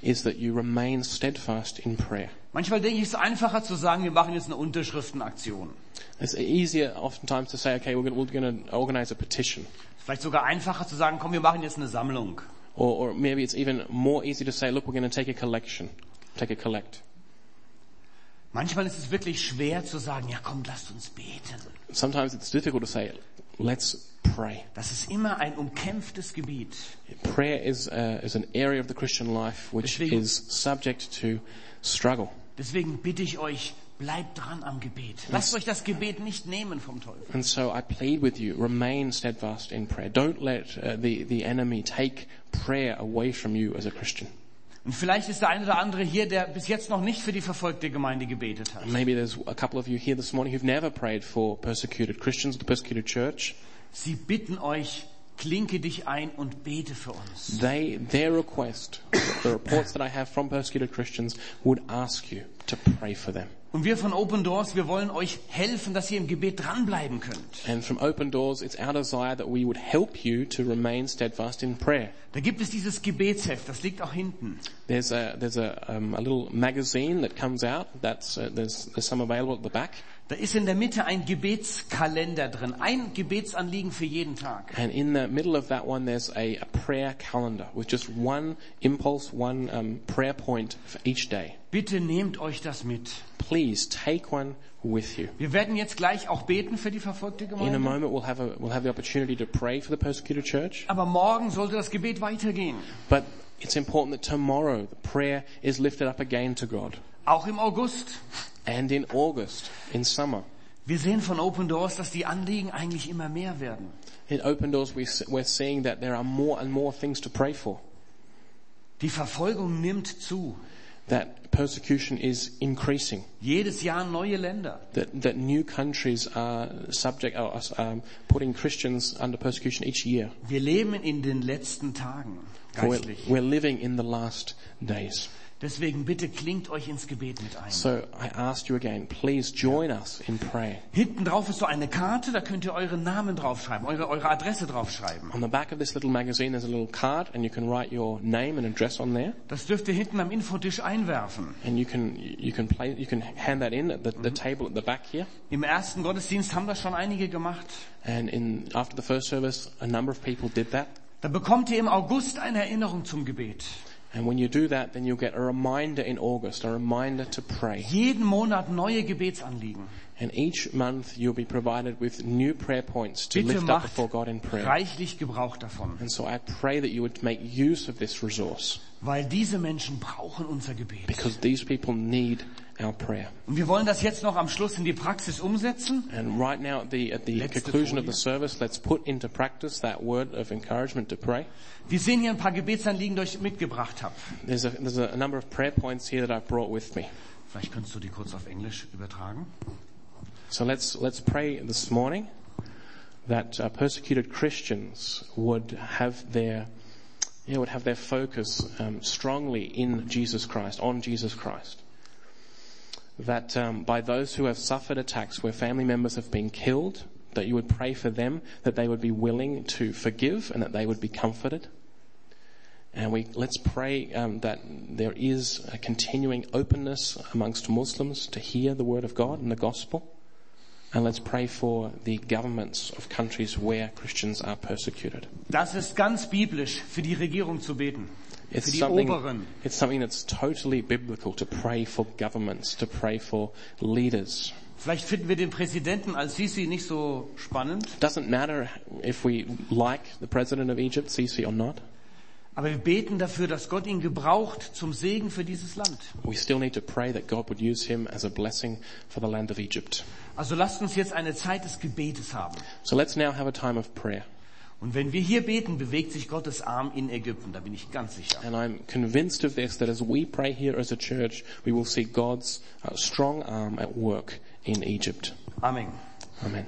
Speaker 2: is that you remain steadfast in prayer.
Speaker 3: Manchmal denke ich, es ist einfacher zu sagen, wir machen jetzt eine Unterschriftenaktion.
Speaker 2: It's easier oftentimes to say, okay, we're going we're going to organize a petition.
Speaker 3: Vielleicht sogar einfacher zu sagen, komm, wir machen jetzt eine Sammlung.
Speaker 2: Or, or maybe it's even more easy to say, look, we're going to take a collection, take a collect.
Speaker 3: Manchmal ist es wirklich schwer zu sagen, ja komm, lasst uns beten.
Speaker 2: Sometimes it's difficult to say, let's pray.
Speaker 3: Das ist immer ein umkämpftes Gebiet.
Speaker 2: Prayer is, uh, is an area of the Christian life which
Speaker 3: Deswegen-
Speaker 2: is subject to struggle.
Speaker 3: Deswegen bitte ich euch, bleibt dran am Gebet. Lasst euch das Gebet nicht nehmen vom Teufel.
Speaker 2: And so I plead with you, remain steadfast in prayer. Don't let uh, the, the enemy take prayer away from you as a Christian.
Speaker 3: Und vielleicht ist der eine oder andere hier, der bis jetzt noch nicht für die verfolgte Gemeinde gebetet hat.
Speaker 2: Maybe there's a couple of you here this morning who've never prayed for persecuted Christians, the persecuted church.
Speaker 3: Sie bitten euch, klinke dich ein und bete für uns.
Speaker 2: They, their request, the reports that I have from persecuted Christians would ask you to pray for them.
Speaker 3: Und wir von Open Doors, wir wollen euch helfen, dass ihr im Gebet dranbleiben könnt.
Speaker 2: And from Open Doors, it's our desire that we would help you to remain steadfast in prayer.
Speaker 3: Da gibt es dieses Gebetsheft, das liegt auch hinten.
Speaker 2: There's a there's a um, a little magazine that comes out. That's uh, there's there's some available at the back,
Speaker 3: Da ist in der Mitte ein Gebetskalender drin. Ein Gebetsanliegen für jeden Tag.
Speaker 2: and in the middle of that one there's a, a prayer calendar with just one impulse, one um, prayer point for each day.
Speaker 3: Bitte nehmt euch das mit.
Speaker 2: Please take one with you.
Speaker 3: Wir werden jetzt gleich auch beten für die verfolgte
Speaker 2: In a
Speaker 3: Gemeinde.
Speaker 2: moment we'll have a we'll have the opportunity to pray for the persecuted church,
Speaker 3: Aber morgen sollte das Gebet weitergehen.
Speaker 2: but it's important that tomorrow the prayer is lifted up again to God,
Speaker 3: Auch im August.
Speaker 2: and in August, in summer.
Speaker 3: Wir sehen von Open Doors, dass die Anliegen eigentlich immer mehr werden.
Speaker 2: In Open Doors we, s- we're seeing that there are more and more things to pray for.
Speaker 3: Die Verfolgung nimmt zu.
Speaker 2: that persecution is increasing,
Speaker 3: Jedes Jahr neue Länder.
Speaker 2: that, that new countries are subject, are, are um, putting Christians under persecution each year.
Speaker 3: Wir leben in den letzten Tagen
Speaker 2: We're,
Speaker 3: geistlich.
Speaker 2: we're living in the last days.
Speaker 3: Deswegen bitte klingt euch ins Gebet mit ein.
Speaker 2: So I ask you again, please join us in prayer.
Speaker 3: Hinten drauf ist so eine Karte, da könnt ihr euren Namen draufschreiben, eure, eure Adresse draufschreiben.
Speaker 2: On the back of this little magazine, there's a little card, and you can write your name and address on there,
Speaker 3: Das dürft ihr hinten am Infotisch einwerfen.
Speaker 2: and you can you can play you can hand that in at the, the table at the back here.
Speaker 3: Im ersten Gottesdienst haben das schon einige gemacht.
Speaker 2: And in after the first service, a number of people did that.
Speaker 3: Da bekommt ihr im August eine Erinnerung zum Gebet.
Speaker 2: And when you do that, then you'll get a reminder in August, a reminder to pray.
Speaker 3: Jeden Monat neue Gebetsanliegen.
Speaker 2: And each month, you'll be provided with new prayer points to
Speaker 3: Bitte
Speaker 2: lift up
Speaker 3: macht
Speaker 2: before God in prayer.
Speaker 3: reichlich Gebrauch davon,
Speaker 2: And so I pray that you would make use of this resource
Speaker 3: weil diese Menschen brauchen unser Gebet.
Speaker 2: because these people need our prayer.
Speaker 3: Und wir wollen das jetzt noch am Schluss in die Praxis umsetzen.
Speaker 2: And right now at the, at the
Speaker 3: Letzte
Speaker 2: conclusion of
Speaker 3: Folie.
Speaker 2: the service, let's put into practice that word of encouragement to pray.
Speaker 3: Wir sehen hier ein paar Gebetsanliegen, die ich mitgebracht habe.
Speaker 2: There's a, there's a number of prayer points here that I've brought with me.
Speaker 3: Vielleicht könntest du die kurz auf Englisch übertragen.
Speaker 2: So let's, let's pray this morning that uh, persecuted Christians would have their, yeah, would have their focus um, strongly in Jesus Christ, on Jesus Christ. That um, by those who have suffered attacks where family members have been killed, that you would pray for them, that they would be willing to forgive and that they would be comforted. And we, let's pray um, that there is a continuing openness amongst Muslims to hear the word of God and the gospel. And let's pray for the governments of countries where Christians are persecuted.
Speaker 3: Das ist ganz biblisch, für die Regierung zu beten. Für
Speaker 2: It's
Speaker 3: die
Speaker 2: something,
Speaker 3: Oberen.
Speaker 2: it's something that's totally biblical to pray for governments, to pray for leaders.
Speaker 3: Vielleicht finden wir den Präsidenten als Sisi nicht so spannend,
Speaker 2: Doesn't matter if we like the president of Egypt, Sisi or not.
Speaker 3: aber wir beten dafür, dass Gott ihn gebraucht zum Segen für dieses Land.
Speaker 2: We still need to pray that God would use him as a blessing for the land of Egypt.
Speaker 3: Also lasst uns jetzt eine Zeit des Gebetes haben.
Speaker 2: So let's now have a time of prayer.
Speaker 3: Und wenn wir hier beten, bewegt sich Gottes Arm in Ägypten, da bin ich ganz sicher.
Speaker 2: And I'm convinced of this, that as we pray here as a church, we will see God's uh, strong arm at work in Egypt.
Speaker 3: Amen.
Speaker 2: Amen.